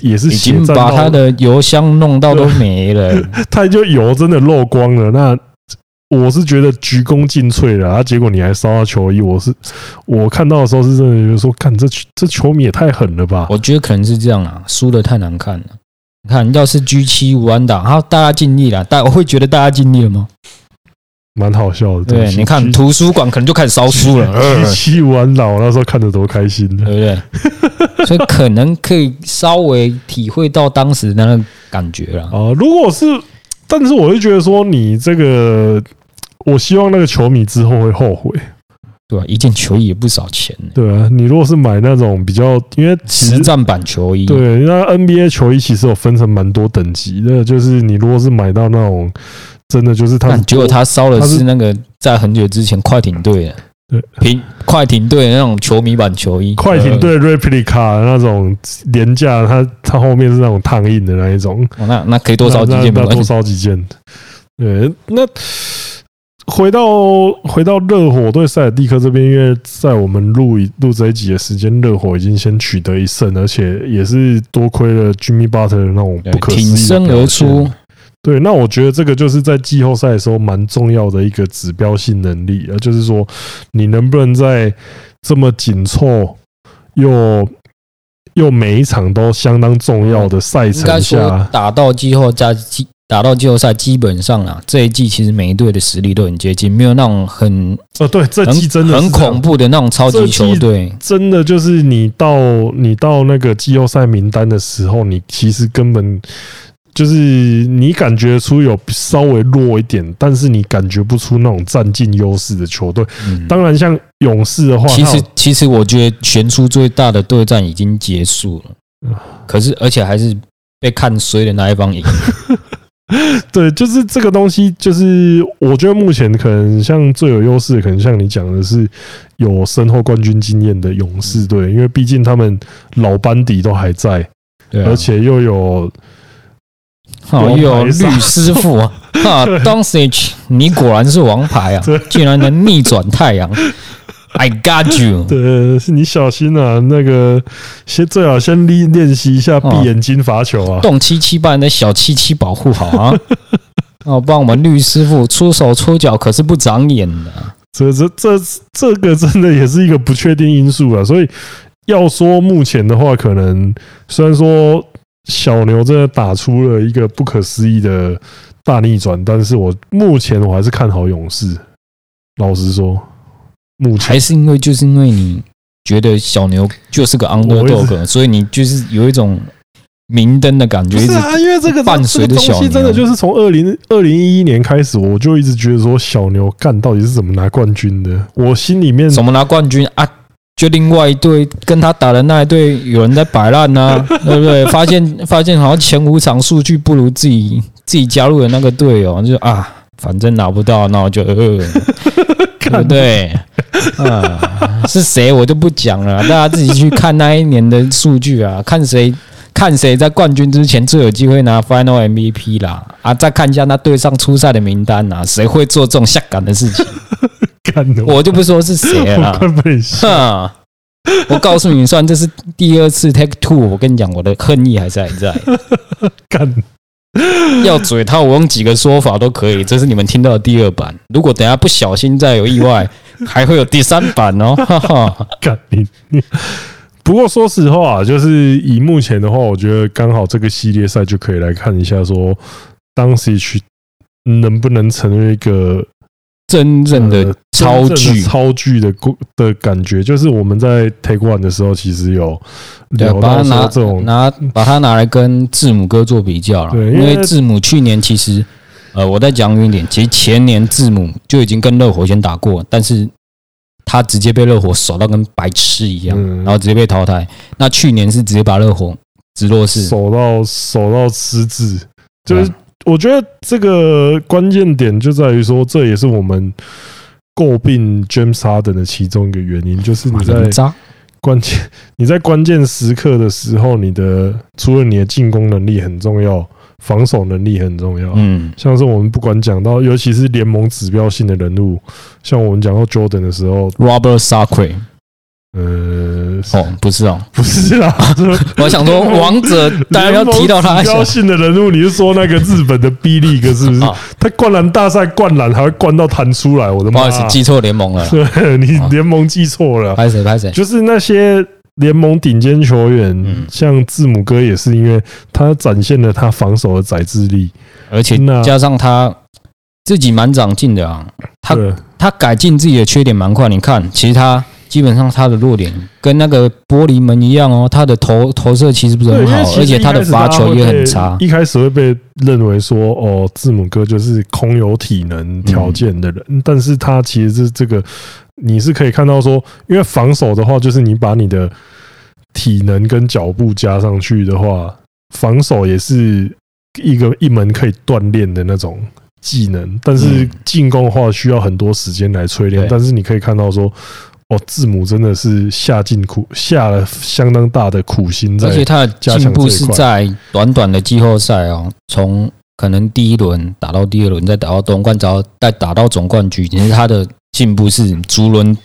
[SPEAKER 1] 也 是
[SPEAKER 2] 已
[SPEAKER 1] 血
[SPEAKER 2] 经
[SPEAKER 1] 战
[SPEAKER 2] 把
[SPEAKER 1] 到
[SPEAKER 2] 他的油箱弄到都没 了。
[SPEAKER 1] 他就油真的漏光了。那我是觉得鞠躬尽瘁了，啊，结果你还烧到球衣，我是我看到的时候是真的觉得说，看这球这球迷也太狠了吧！
[SPEAKER 2] 我觉得可能是这样啊，输的太难看了。你看，要是 G 七五安打，好，大家尽力了，大我会觉得大家尽力了吗？
[SPEAKER 1] 蛮好笑的。
[SPEAKER 2] 对，你看图书馆可能就开始烧书了，
[SPEAKER 1] 七
[SPEAKER 2] 呃
[SPEAKER 1] 七完老那时候看得多开心呢。
[SPEAKER 2] 对不 对？所以可能可以稍微体会到当时的那个感觉了。
[SPEAKER 1] 啊、如果是，但是我会觉得说，你这个，我希望那个球迷之后会后悔，
[SPEAKER 2] 对、啊，一件球衣也不少钱呢、
[SPEAKER 1] 对啊，你如果是买那种比较，因为其
[SPEAKER 2] 实
[SPEAKER 1] 实
[SPEAKER 2] 战版球衣，
[SPEAKER 1] 对，那 NBA 球衣其实有分成蛮多等级的，就是你如果是买到那种真的就是它
[SPEAKER 2] 但
[SPEAKER 1] 是
[SPEAKER 2] 结果他烧的
[SPEAKER 1] 他是
[SPEAKER 2] 是那个在很久之前快艇队的
[SPEAKER 1] 对呃
[SPEAKER 2] 平快艇队的那种球迷版球衣，
[SPEAKER 1] 快艇队 replica 那种廉价，它它后面是那种烫印的那一种，
[SPEAKER 2] 哦，那那可以多烧几件
[SPEAKER 1] 那
[SPEAKER 2] 没
[SPEAKER 1] 那
[SPEAKER 2] 关
[SPEAKER 1] 多
[SPEAKER 2] 系。
[SPEAKER 1] 烧几件。对，那回到回到热火对塞尔蒂克这边，因为在我们录一录这一集的时间，热火已经先取得一胜，而且也是多亏了 Jimmy Butler 的那种
[SPEAKER 2] 对
[SPEAKER 1] 不可思议啊
[SPEAKER 2] 挺
[SPEAKER 1] 的
[SPEAKER 2] 身
[SPEAKER 1] 表
[SPEAKER 2] 而
[SPEAKER 1] 现
[SPEAKER 2] 出，
[SPEAKER 1] 对，那我觉得这个就是在季后赛的时候蛮重要的一个指标性能力，呃，就是说你能不能在这么紧凑又又每一场都相当重要的赛
[SPEAKER 2] 应该
[SPEAKER 1] 程
[SPEAKER 2] 说
[SPEAKER 1] 下，
[SPEAKER 2] 打到季后赛基打到季后赛，基本上啊，这一季其实每一队的实力都很接近，没有那种很
[SPEAKER 1] 呃，对，这季真
[SPEAKER 2] 很
[SPEAKER 1] 的是
[SPEAKER 2] 很
[SPEAKER 1] 这样
[SPEAKER 2] 恐怖的那种超级球队。
[SPEAKER 1] 真的就是你到你到那个季后赛名单的时候，你其实根本就是你感觉出有稍微弱一点，但是你感觉不出那种占尽优势的球队。
[SPEAKER 2] 嗯，
[SPEAKER 1] 当然，像勇士的话，
[SPEAKER 2] 其实
[SPEAKER 1] 它
[SPEAKER 2] 其实我觉得悬出最大的对战已经结束
[SPEAKER 1] 嗯
[SPEAKER 2] 了，可是而且还是被看衰的那一方赢。
[SPEAKER 1] 对，就是这个东西，就是我觉得目前可能像最有优势，可能像你讲的是有深厚冠军经验的勇士队，因为毕竟他们老班底都还在，
[SPEAKER 2] 对啊，
[SPEAKER 1] 而且又有
[SPEAKER 2] 哦，
[SPEAKER 1] 王
[SPEAKER 2] 又有
[SPEAKER 1] 牌杀
[SPEAKER 2] 律师傅 啊，啊 d o n c i c 你果然是王牌啊
[SPEAKER 1] 对，
[SPEAKER 2] 竟然能逆转太阳，I got you。
[SPEAKER 1] 对，是你小心啊，那个先最好先练练习一下闭眼睛罚球啊。
[SPEAKER 2] 动七七把你的小七七保护好啊！ 哦，帮我们律师傅出手出脚可是不长眼的啊、
[SPEAKER 1] 这这这这个真的也是一个不确定因素啊。所以要说目前的话，可能虽然说小牛真的打出了一个不可思议的大逆转，但是我目前我还是看好勇士。老实说，目前
[SPEAKER 2] 还是因为就是因为你觉得小牛就是个
[SPEAKER 1] 我
[SPEAKER 2] underdog，所以你就是有一种明灯的感觉，
[SPEAKER 1] 不
[SPEAKER 2] 一
[SPEAKER 1] 是
[SPEAKER 2] 直
[SPEAKER 1] 啊，因为这个
[SPEAKER 2] 伴随
[SPEAKER 1] 这
[SPEAKER 2] 着
[SPEAKER 1] 个
[SPEAKER 2] 小
[SPEAKER 1] 东西
[SPEAKER 2] 牛
[SPEAKER 1] 真的就是从二零二零一一年开始，我就一直觉得说小牛干到底是怎么拿冠军的，我心里面
[SPEAKER 2] 怎么拿冠军啊？就另外一队跟他打的那一队有人在摆烂呢，对不对？发现发现好像前五场数据不如自己哦自己加入的那个队友，就啊，反正拿不到，那我就呃，不对？啊，是谁我就不讲了，大家自己去看那一年的数据啊，看谁看谁在冠军之前最有机会拿 Final MVP 啦。啊，再看一下那队上初赛的名单啊，谁会做这种下岗的事情？
[SPEAKER 1] 干的，
[SPEAKER 2] 我就啊不说是谁
[SPEAKER 1] 我
[SPEAKER 2] 了
[SPEAKER 1] 快。被你吓
[SPEAKER 2] 哼， 我告诉你，算这是第二次 Take Two，我跟你讲，我的恨意还是还 在。
[SPEAKER 1] 干。
[SPEAKER 2] 要嘴套，我用几个说法都可以，这是你们听到的第二版。如果等下不小心再有意外，还会有第三版哦。 哈哈，
[SPEAKER 1] 干你你。不过说实话、就是以目前的话，我觉得刚好这个系列赛就可以来看一下，说当时去能不能成为一个
[SPEAKER 2] 真正的
[SPEAKER 1] 呃
[SPEAKER 2] 超
[SPEAKER 1] 真正的
[SPEAKER 2] 巨，
[SPEAKER 1] 超巨的过的感觉。就是我们在 Take One 的时候，其实有
[SPEAKER 2] 对啊，
[SPEAKER 1] 聊
[SPEAKER 2] 把
[SPEAKER 1] 到
[SPEAKER 2] 它
[SPEAKER 1] 说这
[SPEAKER 2] 拿
[SPEAKER 1] 种
[SPEAKER 2] 拿把它拿来跟字母哥做比较了，
[SPEAKER 1] 对
[SPEAKER 2] 因
[SPEAKER 1] 因为
[SPEAKER 2] 为字母去年其实，呃，我再讲远一点，其实前年字母就已经跟热火先打过，但是他直接被热火守到跟白痴一样，
[SPEAKER 1] 嗯
[SPEAKER 2] 然后直接被淘汰。那去年是直接把热火直落是
[SPEAKER 1] 手到手到失智，就是
[SPEAKER 2] 嗯
[SPEAKER 1] 我觉得这个关键点就在于说，这也是我们诟病 James Harden 的其中一个原因，就是你在
[SPEAKER 2] 人渣。
[SPEAKER 1] 关键 你在关键时刻的时候，你的除了你的进攻能力很重要，防守能力很重要。
[SPEAKER 2] 嗯，
[SPEAKER 1] 像是我们不管讲到，尤其是联盟指标性的人物，像我们讲到 Jordan 的时候，
[SPEAKER 2] Robert Sacre
[SPEAKER 1] 呃，
[SPEAKER 2] 哦，不是哦，
[SPEAKER 1] 不是啦，
[SPEAKER 2] 我想说王者当然要提到他一
[SPEAKER 1] 联盟指
[SPEAKER 2] 下
[SPEAKER 1] 标性的人物，你是说那个日本的 B League 是不是
[SPEAKER 2] 啊？
[SPEAKER 1] 他灌篮大赛灌篮还会灌到弹出来，我的
[SPEAKER 2] 不好
[SPEAKER 1] 妈
[SPEAKER 2] 意！思，记错联盟了啦，啊哎
[SPEAKER 1] 对 你联盟记错了，
[SPEAKER 2] 拍谁拍谁，
[SPEAKER 1] 就是那些联盟顶尖球员，
[SPEAKER 2] 嗯
[SPEAKER 1] 像字母哥也是因为他展现了他防守的宰制力，
[SPEAKER 2] 而且
[SPEAKER 1] 那
[SPEAKER 2] 加上他自己蛮长进的啊，他
[SPEAKER 1] 对
[SPEAKER 2] 他改进自己的缺点蛮快。你看，其实他基本上他的弱点跟那个玻璃门一样哦，他的投投射其实不是
[SPEAKER 1] 对
[SPEAKER 2] 很
[SPEAKER 1] 因为
[SPEAKER 2] 好，
[SPEAKER 1] 其
[SPEAKER 2] 而
[SPEAKER 1] 实
[SPEAKER 2] 且
[SPEAKER 1] 一
[SPEAKER 2] 他
[SPEAKER 1] 开
[SPEAKER 2] 的
[SPEAKER 1] 始大
[SPEAKER 2] 罚
[SPEAKER 1] 家会
[SPEAKER 2] 球也很
[SPEAKER 1] 被
[SPEAKER 2] 差。
[SPEAKER 1] 一开始会被认为说哦，字母哥就是空有体能条件的人，但是他其实是这个，你是可以看到说，因为防守的话，就是你把你的体能跟脚步加上去的话，防守也是一个一门可以锻炼的那种技能，但是
[SPEAKER 2] 嗯
[SPEAKER 1] 进攻的话需要很多时间来淬炼。
[SPEAKER 2] 对
[SPEAKER 1] 但是你可以看到说，哦，字母真的是下尽苦下了相当大的苦心在
[SPEAKER 2] 而，且他的
[SPEAKER 1] 加
[SPEAKER 2] 进
[SPEAKER 1] 强
[SPEAKER 2] 步
[SPEAKER 1] 这一
[SPEAKER 2] 是
[SPEAKER 1] 块
[SPEAKER 2] 在短短的季后赛哦，从可能第一轮打到第二轮，再打到东冠，再再打到总冠军，其实他的进步是逐轮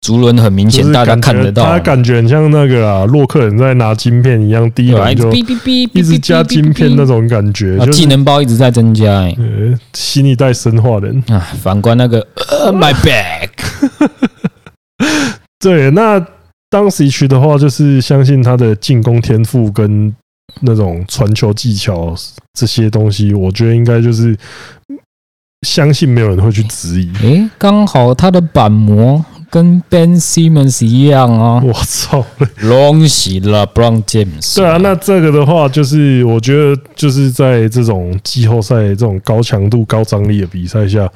[SPEAKER 2] 逐轮很明
[SPEAKER 1] 就
[SPEAKER 2] 显，
[SPEAKER 1] 是
[SPEAKER 2] 大家
[SPEAKER 1] 感觉
[SPEAKER 2] 看得到
[SPEAKER 1] 他。感觉很像那个啊，洛克人在拿晶片一样，第一
[SPEAKER 2] 对吧？
[SPEAKER 1] 轮
[SPEAKER 2] 一直
[SPEAKER 1] 就
[SPEAKER 2] 哔哔哔，
[SPEAKER 1] 一直加晶片那
[SPEAKER 2] 的
[SPEAKER 1] 种感觉，就
[SPEAKER 2] 啊技
[SPEAKER 1] 是
[SPEAKER 2] 能包一直在增加。哎
[SPEAKER 1] 呃新一代生化人。
[SPEAKER 2] 啊，反观那个 呃 my back，
[SPEAKER 1] 对，那当时区的话，就是相信他的进攻天赋跟那种传球技巧这些东西，我觉得应该就是相信没有人会去质疑。
[SPEAKER 2] 诶，刚好他的板模跟 Ben Simmons 一样哦，
[SPEAKER 1] 我操！
[SPEAKER 2] 恭喜了 Brown James。
[SPEAKER 1] 对啊，那这个的话，就是我觉得就是在这种季后赛这种高强度、高张力的比赛下，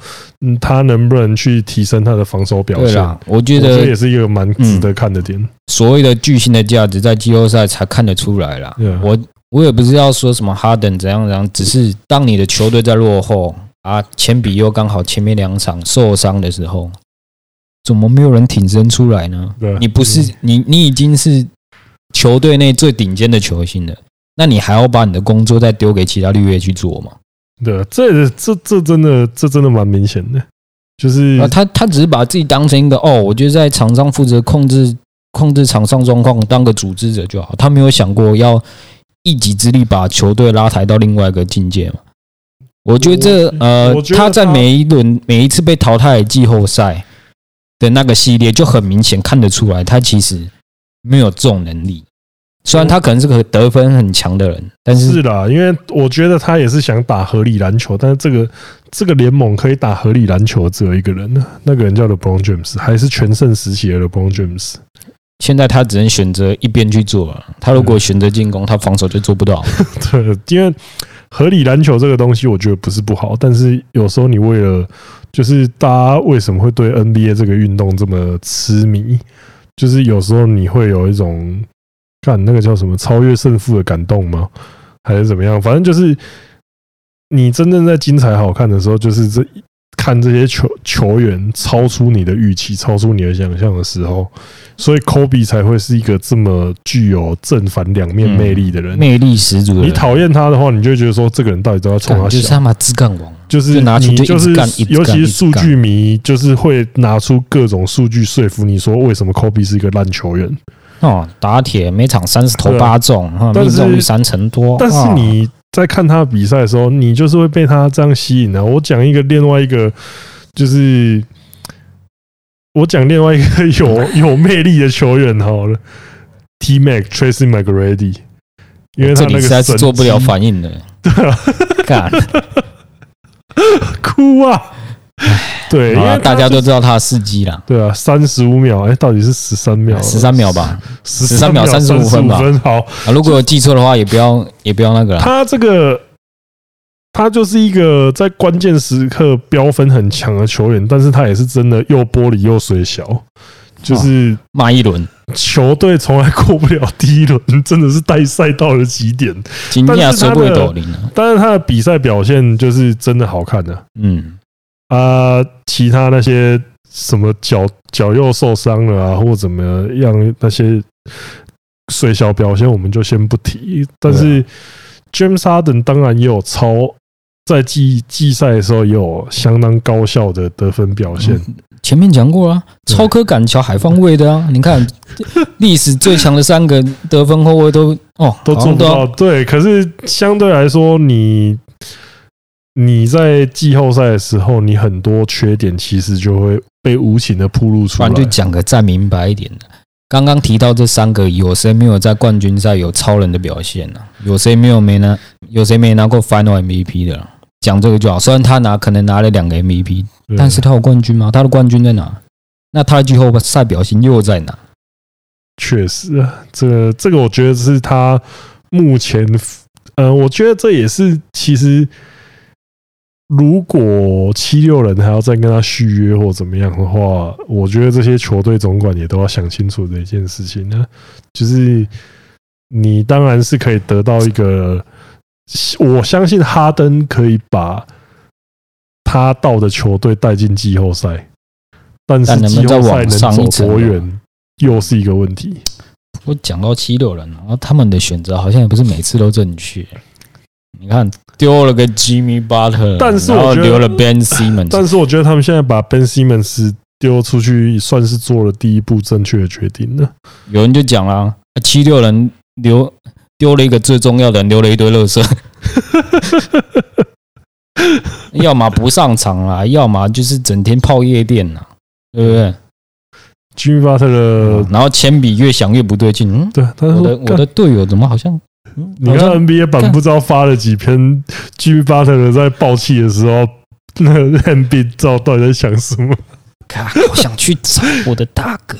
[SPEAKER 1] 嗯，他能不能去提升他的防守表
[SPEAKER 2] 对
[SPEAKER 1] 现？
[SPEAKER 2] 啦，我觉
[SPEAKER 1] 我觉
[SPEAKER 2] 得
[SPEAKER 1] 得也是一个蛮值得看的点。
[SPEAKER 2] 所谓的巨星的价值，在季后赛才看得出来啦。
[SPEAKER 1] 对啊
[SPEAKER 2] 我我也不是要说什么哈登怎样怎样，只是当你的球队在落后啊，前比又刚好前面两场受伤的时候，怎么没有人挺身出来呢？
[SPEAKER 1] 对啊，
[SPEAKER 2] 你不是你你已经是球队内最顶尖的球星了，那你还要把你的工作再丢给其他绿叶去做吗？
[SPEAKER 1] 对啊，这这这真的这真的蛮明显的，就是
[SPEAKER 2] 啊，他他只是把自己当成一个哦，我就在场上负责控制控制场上状况，当个组织者就好。他没有想过要一己之力把球队拉抬到另外一个境界嘛？我觉得这呃
[SPEAKER 1] 我，觉得
[SPEAKER 2] 他在
[SPEAKER 1] 他
[SPEAKER 2] 每一轮每一次被淘汰的季后赛的那个系列就很明显看得出来，他其实没有这种能力。虽然他可能是个得分很强的人，但是
[SPEAKER 1] 是啦，因为我觉得他也是想打合理篮球，但是这个这个联盟可以打合理篮球的只有一个人，那个人叫 LeBron James，还是全盛时期的 LeBron James。
[SPEAKER 2] 现在他只能选择一边去做了。他如果选择进攻，他防守就做不到。
[SPEAKER 1] 对，因为合理篮球这个东西，我觉得不是不好，但是有时候你为了就是大家为什么会对 NBA 这个运动这么痴迷，就是有时候你会有一种干那个叫什么超越胜负的感动吗？还是怎么样？反正就是你真正在精彩好看的时候，就是这一看这些球球员超出你的预期、超出你的想象的时候，所以科比才会是一个这么具有正反两面魅力的人。
[SPEAKER 2] 魅力十足的人。
[SPEAKER 1] 你讨厌他的话，你就会觉得说这个人到底都要冲他
[SPEAKER 2] 干就是
[SPEAKER 1] 笑，
[SPEAKER 2] 他妈自干王，
[SPEAKER 1] 就是
[SPEAKER 2] 就拿出
[SPEAKER 1] 你
[SPEAKER 2] 就一直
[SPEAKER 1] 就是
[SPEAKER 2] 干一直干
[SPEAKER 1] 尤其
[SPEAKER 2] 一
[SPEAKER 1] 是
[SPEAKER 2] 直
[SPEAKER 1] 数
[SPEAKER 2] 干
[SPEAKER 1] 据迷，就是会拿出各种数据说服你说为什么科比是一个烂球员。
[SPEAKER 2] 哦，打铁每场三十投
[SPEAKER 1] 对
[SPEAKER 2] 八中，啊
[SPEAKER 1] 但
[SPEAKER 2] 命中率
[SPEAKER 1] 是
[SPEAKER 2] 三成多。
[SPEAKER 1] 但是
[SPEAKER 2] 啊
[SPEAKER 1] 你在看他比赛的时候，你就是会被他这样吸引的、啊我讲一个另外一个，就是我讲另外一个 有有魅力的球员好了，T Mac Tracy McGrady，因为他那
[SPEAKER 2] 这里
[SPEAKER 1] 个
[SPEAKER 2] 实在是
[SPEAKER 1] 神
[SPEAKER 2] 做不了
[SPEAKER 1] 机
[SPEAKER 2] 反应的，
[SPEAKER 1] 对啊，
[SPEAKER 2] 干。
[SPEAKER 1] 哭啊！ 对，因
[SPEAKER 2] 好啊
[SPEAKER 1] 为
[SPEAKER 2] 了，大家都知道他的事迹啦，
[SPEAKER 1] 对啊，三十五秒，哎、到底是十三秒？
[SPEAKER 2] 十三秒，吧。
[SPEAKER 1] 十
[SPEAKER 2] 13秒
[SPEAKER 1] 35
[SPEAKER 2] 35分吧
[SPEAKER 1] 分好，
[SPEAKER 2] 啊，如果有记错的话，也不要也不要那个啦。
[SPEAKER 1] 他这个，他就是一个在关键时刻飙分很强的球员，但是他也是真的又玻璃又水小，就是
[SPEAKER 2] 骂一轮，
[SPEAKER 1] 球队从来过不了第一轮，真的是带赛到了极点。
[SPEAKER 2] 惊
[SPEAKER 1] 但
[SPEAKER 2] 讶
[SPEAKER 1] 是他
[SPEAKER 2] 收
[SPEAKER 1] 的
[SPEAKER 2] 啊不会抖音了。
[SPEAKER 1] 但是他的比赛表现就是真的好看的
[SPEAKER 2] 嗯，
[SPEAKER 1] 啊、其他那些什么脚脚又受伤了啊，或怎么样那些水小表现，我们就先不提。但
[SPEAKER 2] 啊
[SPEAKER 1] 是 James Harden 当然也有超在季季赛的时候也有相当高效的得分表现，
[SPEAKER 2] 嗯前面讲过了、啊，
[SPEAKER 1] 对
[SPEAKER 2] 超科赶桥海放位的啊，你看历史最强的三个得分后卫都哦
[SPEAKER 1] 都做
[SPEAKER 2] 好像
[SPEAKER 1] 不到。对，可是相对来说，你你在季后赛的时候，你很多缺点其实就会被无情的铺露出
[SPEAKER 2] 不
[SPEAKER 1] 来
[SPEAKER 2] 然。就讲个再明白一点的。刚刚提到这三个，有谁没有在冠军赛有超人的表现呢、有谁没有没拿？有谁没拿过 Final MVP 的、啊讲这个就好，虽然他拿可能拿了两个 MVP，
[SPEAKER 1] 对
[SPEAKER 2] 但是他有冠军吗？他的冠军在哪？那他的季后赛表现又在哪？
[SPEAKER 1] 确实啊，这个这个我觉得是他目前，呃，我觉得这也是其实，如果七六人还要再跟他续约或怎么样的话，我觉得这些球队总管也都要想清楚的一件事情呢，就是你当然是可以得到一个，我相信哈登可以把他到的球队带进季后赛，但是
[SPEAKER 2] 但能不
[SPEAKER 1] 季
[SPEAKER 2] 能再
[SPEAKER 1] 后赛
[SPEAKER 2] 往上
[SPEAKER 1] 能
[SPEAKER 2] 一
[SPEAKER 1] 走
[SPEAKER 2] 层
[SPEAKER 1] 多
[SPEAKER 2] 呢
[SPEAKER 1] 远？又是一个问题。
[SPEAKER 2] 我讲到七六人，然后他们的选择好像也不是每次都正确。你看，丢了个 Jimmy Butler，
[SPEAKER 1] 但是
[SPEAKER 2] 然
[SPEAKER 1] 我
[SPEAKER 2] 后
[SPEAKER 1] 觉得
[SPEAKER 2] 留了 Ben Simmons，
[SPEAKER 1] 但是我觉得他们现在把 Ben Simmons 丢出去，算是做了第一步正确的决定了。
[SPEAKER 2] 有人就讲啦，七六人留丢了一个最重要的人，留了一堆垃圾， 要么不上场啦， 要么就是整天泡夜店啦，对不对？
[SPEAKER 1] Jimmy Butler，、
[SPEAKER 2] 然后铅笔越想越不对劲，嗯，
[SPEAKER 1] 对，他
[SPEAKER 2] 我
[SPEAKER 1] 说
[SPEAKER 2] 的我的
[SPEAKER 1] 干
[SPEAKER 2] 队友怎么好像，嗯
[SPEAKER 1] 呃你
[SPEAKER 2] 好
[SPEAKER 1] 看
[SPEAKER 2] 像
[SPEAKER 1] NBA 版
[SPEAKER 2] 干
[SPEAKER 1] 不知道发了几篇 Jimmy Butler 在爆气的时候，那 NBA 知道到底在想什么？
[SPEAKER 2] 咔我想去找我的大哥，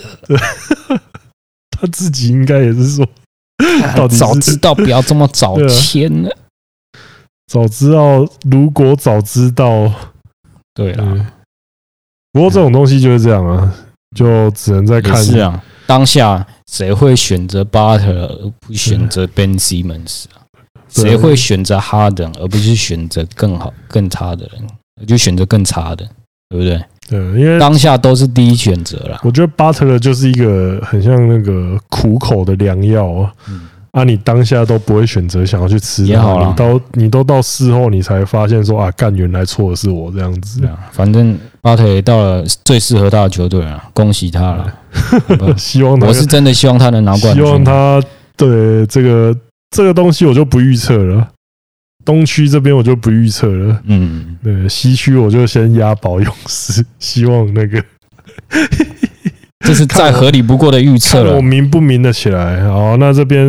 [SPEAKER 1] 他自己应该也是 说， 到
[SPEAKER 2] 啊
[SPEAKER 1] 底是
[SPEAKER 2] 早知道不要这么早
[SPEAKER 1] 对啊
[SPEAKER 2] 签了。
[SPEAKER 1] 早知道，如果早知道，
[SPEAKER 2] 对啊
[SPEAKER 1] 对
[SPEAKER 2] 啦，。
[SPEAKER 1] 不过这种东西就是这样啊，就只能再
[SPEAKER 2] 也
[SPEAKER 1] 看。
[SPEAKER 2] 是啊，当下谁会选择 Butler 而不选择 Ben Simmons 啊？
[SPEAKER 1] 对
[SPEAKER 2] 谁会选择 Harden 而不是选择更好、更差的人？就选择更差的，对不对？
[SPEAKER 1] 对，因为
[SPEAKER 2] 当下都是第一选择啦。
[SPEAKER 1] 我觉得 Butler 就是一个很像那个苦口的良药啊，
[SPEAKER 2] 嗯
[SPEAKER 1] 啊，你当下都不会选择想要去吃它，
[SPEAKER 2] 也好啦
[SPEAKER 1] 你到你都到事后你才发现说啊，干原来错的是我这样子
[SPEAKER 2] 对，啊，反正 Butler 也到了最适合他的球队了，恭喜他了！好吧
[SPEAKER 1] 希望他
[SPEAKER 2] 我是真的希望他能拿冠军。
[SPEAKER 1] 希望他对这个这个东西我就不预测了，东区这边我就不预测了，
[SPEAKER 2] 嗯，
[SPEAKER 1] 对西区我就先押宝勇士，希望那个
[SPEAKER 2] 这是再合理不过的预测
[SPEAKER 1] 看我
[SPEAKER 2] 了。
[SPEAKER 1] 明不明得起来。好，那这边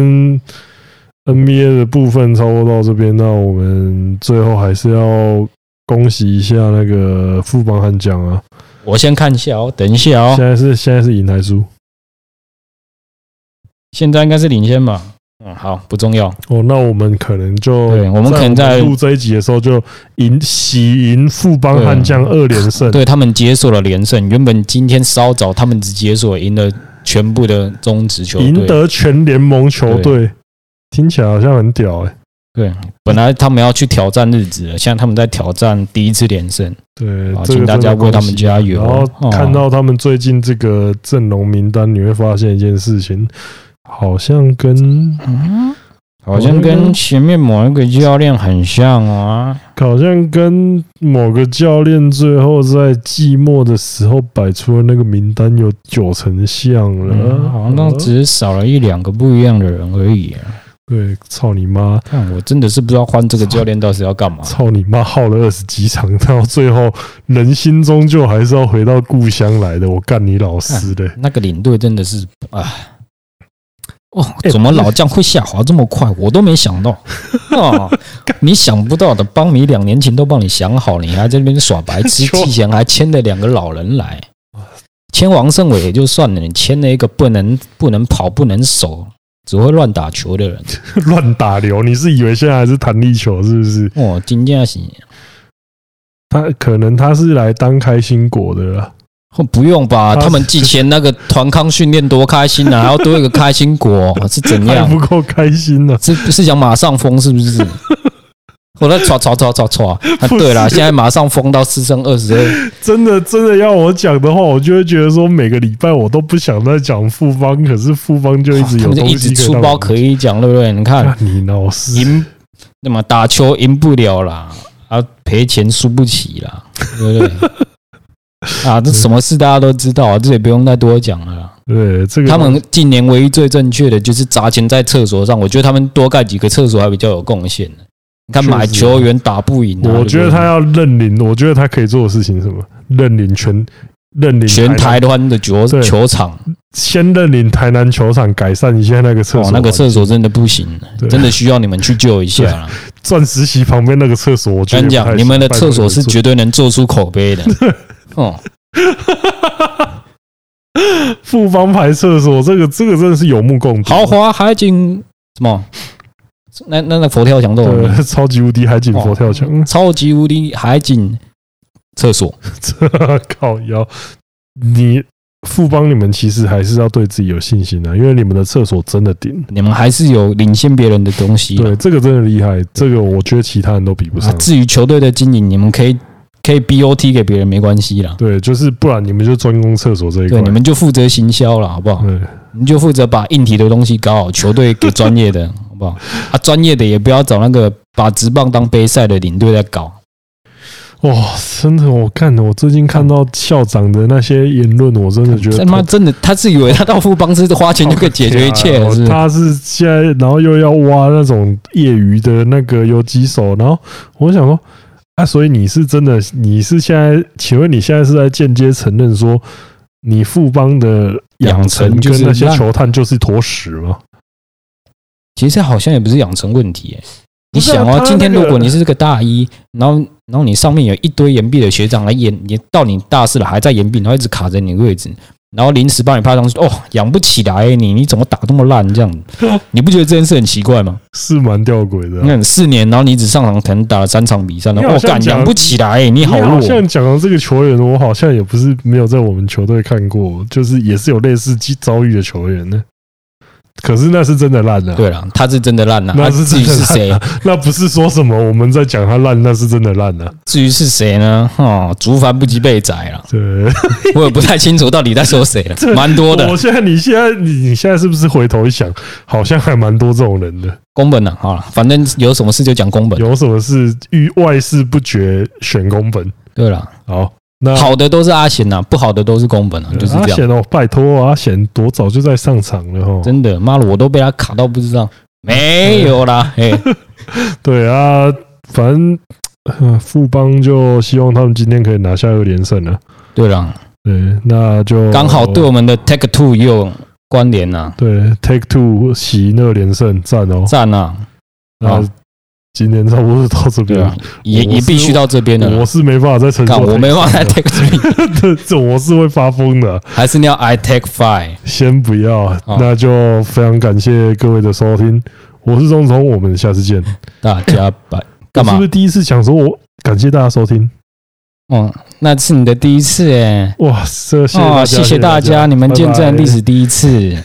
[SPEAKER 1] NBA 的部分差不多到这边，那我们最后还是要恭喜一下那个副帮悍将啊！
[SPEAKER 2] 我先看一下哦，等一下哦
[SPEAKER 1] 现，在是现在是赢还输？
[SPEAKER 2] 现在应该是领先吧？嗯，好，不重要。
[SPEAKER 1] 哦，那我们可能就
[SPEAKER 2] 对我们可能在
[SPEAKER 1] 录这一集的时候就赢喜迎富邦悍将二连胜，
[SPEAKER 2] 对他们解锁了连胜，原本今天稍早他们只解锁赢了全部的中职球
[SPEAKER 1] 赢
[SPEAKER 2] 队，
[SPEAKER 1] 得全联盟球队，听起来好像很屌哎、
[SPEAKER 2] 本来他们要去挑战日职了，现在他们在挑战第一次连胜，
[SPEAKER 1] 对
[SPEAKER 2] 好，
[SPEAKER 1] 这个
[SPEAKER 2] 啊请大家
[SPEAKER 1] 真的
[SPEAKER 2] 为他们加油
[SPEAKER 1] 恭喜然后
[SPEAKER 2] 哦
[SPEAKER 1] 看到他们最近这个阵容名单，你会发现一件事情，好像跟
[SPEAKER 2] 嗯，好像跟前面某一个教练很像啊。
[SPEAKER 1] 好像跟某个教练最后在寂寞的时候摆出的那个名单有九成像了，哦
[SPEAKER 2] 嗯，好像只是少了一两个不一样的人而已、啊。
[SPEAKER 1] 对，操你妈！
[SPEAKER 2] 看，我真的是不知道换这个教练到底要干嘛。
[SPEAKER 1] 操你妈！耗了二十几场，到最后人心终究还是要回到故乡来的。我干你老师 的！
[SPEAKER 2] 那个领队真的是啊，哦，怎么老将会下滑这么快？我都没想到啊！你想不到的，帮你两年前都帮你想好，你还在那边耍白痴，
[SPEAKER 1] 就
[SPEAKER 2] 之前还签了两个老人来，签王胜伟也就算了，你签了一个不能不能跑、不能守、只会乱打球的人，
[SPEAKER 1] 乱打流，你是以为现在还是弹力球是不是？
[SPEAKER 2] 哦，惊讶死！
[SPEAKER 1] 他可能他是来当开心果的啦。
[SPEAKER 2] 哦不用吧？
[SPEAKER 1] 他
[SPEAKER 2] 他们季前那个团康训练多开心啊，还要多一个开心果是怎
[SPEAKER 1] 还
[SPEAKER 2] 样？啊
[SPEAKER 1] 不够开心啊呢、
[SPEAKER 2] 是是想马上封是 不是？我在吵吵吵吵吵啊！对啦，现在马上封到四升二十二，
[SPEAKER 1] 真的，真的要我讲的话，我就会觉得说，每个礼拜我都不想再讲复方，可是复方 就一直
[SPEAKER 2] 他
[SPEAKER 1] 有
[SPEAKER 2] 们就
[SPEAKER 1] 东
[SPEAKER 2] 一
[SPEAKER 1] 西可
[SPEAKER 2] 直
[SPEAKER 1] 以
[SPEAKER 2] 出
[SPEAKER 1] 让
[SPEAKER 2] 包
[SPEAKER 1] 我
[SPEAKER 2] 可以讲，对不对？你看
[SPEAKER 1] 干你老师，
[SPEAKER 2] 赢，那么打球赢不了啦，啊赔钱输不起啦，对不 对？啊，这什么事大家都知道啊，这也不用再多讲了啦。
[SPEAKER 1] 对啊这个
[SPEAKER 2] 他们近年唯一最正确的就是砸钱在厕所上，我觉得他们多盖几个厕所还比较有贡献呢。你看
[SPEAKER 1] 确实
[SPEAKER 2] 买球员打不赢、啊，
[SPEAKER 1] 我觉得
[SPEAKER 2] 对不对
[SPEAKER 1] 他要认领，我觉得他可以做的事情是什么？认领全认领
[SPEAKER 2] 全台
[SPEAKER 1] 南
[SPEAKER 2] 湾的球
[SPEAKER 1] 对
[SPEAKER 2] 球场，
[SPEAKER 1] 先认领台南球场，改善一下那个厕
[SPEAKER 2] 哦
[SPEAKER 1] 所，，
[SPEAKER 2] 那个厕所真的不行，
[SPEAKER 1] 对
[SPEAKER 2] 真的需要你们去救一下啦。
[SPEAKER 1] 钻石席旁边那个厕所，我觉
[SPEAKER 2] 跟
[SPEAKER 1] 得
[SPEAKER 2] 你
[SPEAKER 1] 也不太
[SPEAKER 2] 讲，
[SPEAKER 1] 行
[SPEAKER 2] 你们的厕所是
[SPEAKER 1] 拜托
[SPEAKER 2] 绝对能做出口碑的。哦，
[SPEAKER 1] 你们 做复方牌厕所，这个这个真的是有目共睹，
[SPEAKER 2] 豪华海景什么？那那那佛跳墙都有名，
[SPEAKER 1] 对，超级无敌海景佛跳墙，
[SPEAKER 2] 超级无敌海景厕所。
[SPEAKER 1] 这靠腰，你富邦你们其实还是要对自己有信心的、啊因为你们的厕所真的顶。
[SPEAKER 2] 你们还是有领先别人的东西。
[SPEAKER 1] 对，这个真的厉害，这个我觉得其他人都比不
[SPEAKER 2] 啊
[SPEAKER 1] 上。
[SPEAKER 2] 至于球队的经营，你们可以可以 BOT 给别人没关系啦。
[SPEAKER 1] 对，就是不然你们就专攻厕所这一块
[SPEAKER 2] 对，你。们就负责行销了，好不好？
[SPEAKER 1] 对，
[SPEAKER 2] 你们就负责把硬体的东西搞好，球队给专业的，好 不好？啊，专业的也不要找那个把直棒当杯赛的领队在搞。
[SPEAKER 1] 哇，真的，我看我最近看到校长的那些言论，我真的觉得
[SPEAKER 2] 他妈真的，他是以为他到富邦是花钱就可以解决一切了，是不是？
[SPEAKER 1] 他是现在，然后又要挖那种业余的那个游击手，然后我想说，啊，所以你是真的，你是现在，请问你现在是在间接承认说，你富邦的养成
[SPEAKER 2] 养成就
[SPEAKER 1] 跟
[SPEAKER 2] 是
[SPEAKER 1] 那些
[SPEAKER 2] 烂
[SPEAKER 1] 球探就是坨屎吗？
[SPEAKER 2] 其实好像也不是养成问题、欸。
[SPEAKER 1] 不
[SPEAKER 2] 你
[SPEAKER 1] 是啊
[SPEAKER 2] 想
[SPEAKER 1] 他
[SPEAKER 2] 哦
[SPEAKER 1] 那，个
[SPEAKER 2] 今天如果你是个大一，然后然后你上面有一堆岩壁的学长来演，你到你大四了还在岩壁，然后一直卡着你的位置，然后临时帮你派上去，哦，养不起来、欸、你，你怎么打那么烂这 样子？你不觉得这件事很奇怪吗？
[SPEAKER 1] 是蛮吊诡的
[SPEAKER 2] 你
[SPEAKER 1] 啊、
[SPEAKER 2] 看四年，然后你只上场可能打了三场比赛，然
[SPEAKER 1] 你
[SPEAKER 2] 后
[SPEAKER 1] 好
[SPEAKER 2] 哦，
[SPEAKER 1] 像
[SPEAKER 2] 干
[SPEAKER 1] 讲啊
[SPEAKER 2] 养不起来、欸，你
[SPEAKER 1] 你
[SPEAKER 2] 好弱
[SPEAKER 1] 好。像讲到这个球员，我好像也不是没有在我们球队看过，就是也是有类似遭遇的球员呢。可是那是真的烂的、
[SPEAKER 2] 对了，他是真的烂了、啊，
[SPEAKER 1] 那是
[SPEAKER 2] 至
[SPEAKER 1] 真
[SPEAKER 2] 于
[SPEAKER 1] 的啊
[SPEAKER 2] 是谁，
[SPEAKER 1] 那不是说什么我们在讲他烂，那是真的烂啊。
[SPEAKER 2] 至于是谁呢？哦，竹凡不及被宰 了，
[SPEAKER 1] 对，
[SPEAKER 2] 我也不太清楚到底在说谁 了，蛮多的。
[SPEAKER 1] 我现在，你现在，你你现在是不是回头一想，好像还蛮多这种人的。
[SPEAKER 2] 宫本呢、啊？好了，反正有什么事就讲宫本。
[SPEAKER 1] 有什么事遇外事不决，选宫本。
[SPEAKER 2] 对了，
[SPEAKER 1] 好，那
[SPEAKER 2] 好的都是阿贤呐、不好的都是宫本啊，就是
[SPEAKER 1] 阿
[SPEAKER 2] 这样。
[SPEAKER 1] 贤哦，拜托阿贤多早就在上场了哦。
[SPEAKER 2] 真的，妈的，我都被他卡到不知道。没有 啦，哎，
[SPEAKER 1] 对啊，反正呃富邦就希望他们今天可以拿下二连胜了。
[SPEAKER 2] 对了，
[SPEAKER 1] 对，那就
[SPEAKER 2] 刚好对我们的 Take Two 也有关联呐、
[SPEAKER 1] 对 Take Two 喜那连胜赞哦。
[SPEAKER 2] 赞呐，
[SPEAKER 1] 那
[SPEAKER 2] 好
[SPEAKER 1] 今天差不多就到这
[SPEAKER 2] 对
[SPEAKER 1] 边
[SPEAKER 2] 啊，，也
[SPEAKER 1] 我是
[SPEAKER 2] 也必须到这边了
[SPEAKER 1] 我
[SPEAKER 2] 啦。
[SPEAKER 1] 是没办法再承
[SPEAKER 2] 看
[SPEAKER 1] 受，
[SPEAKER 2] 我没办法 Take Three，
[SPEAKER 1] 这这我是会发疯的。啊
[SPEAKER 2] 还是你要 I Take Five。
[SPEAKER 1] 先不要，那就非常感谢各位的收听，我是钟总，我们下次见。
[SPEAKER 2] 大家拜，干
[SPEAKER 1] 我是
[SPEAKER 2] 嘛
[SPEAKER 1] 不是？第一次想说我感谢大家收听？
[SPEAKER 2] 嗯，那是你的第一次哎、
[SPEAKER 1] 哦哇，这谢谢大家，
[SPEAKER 2] 哦，谢谢大家，你们见证历
[SPEAKER 1] 拜拜
[SPEAKER 2] 史第一次。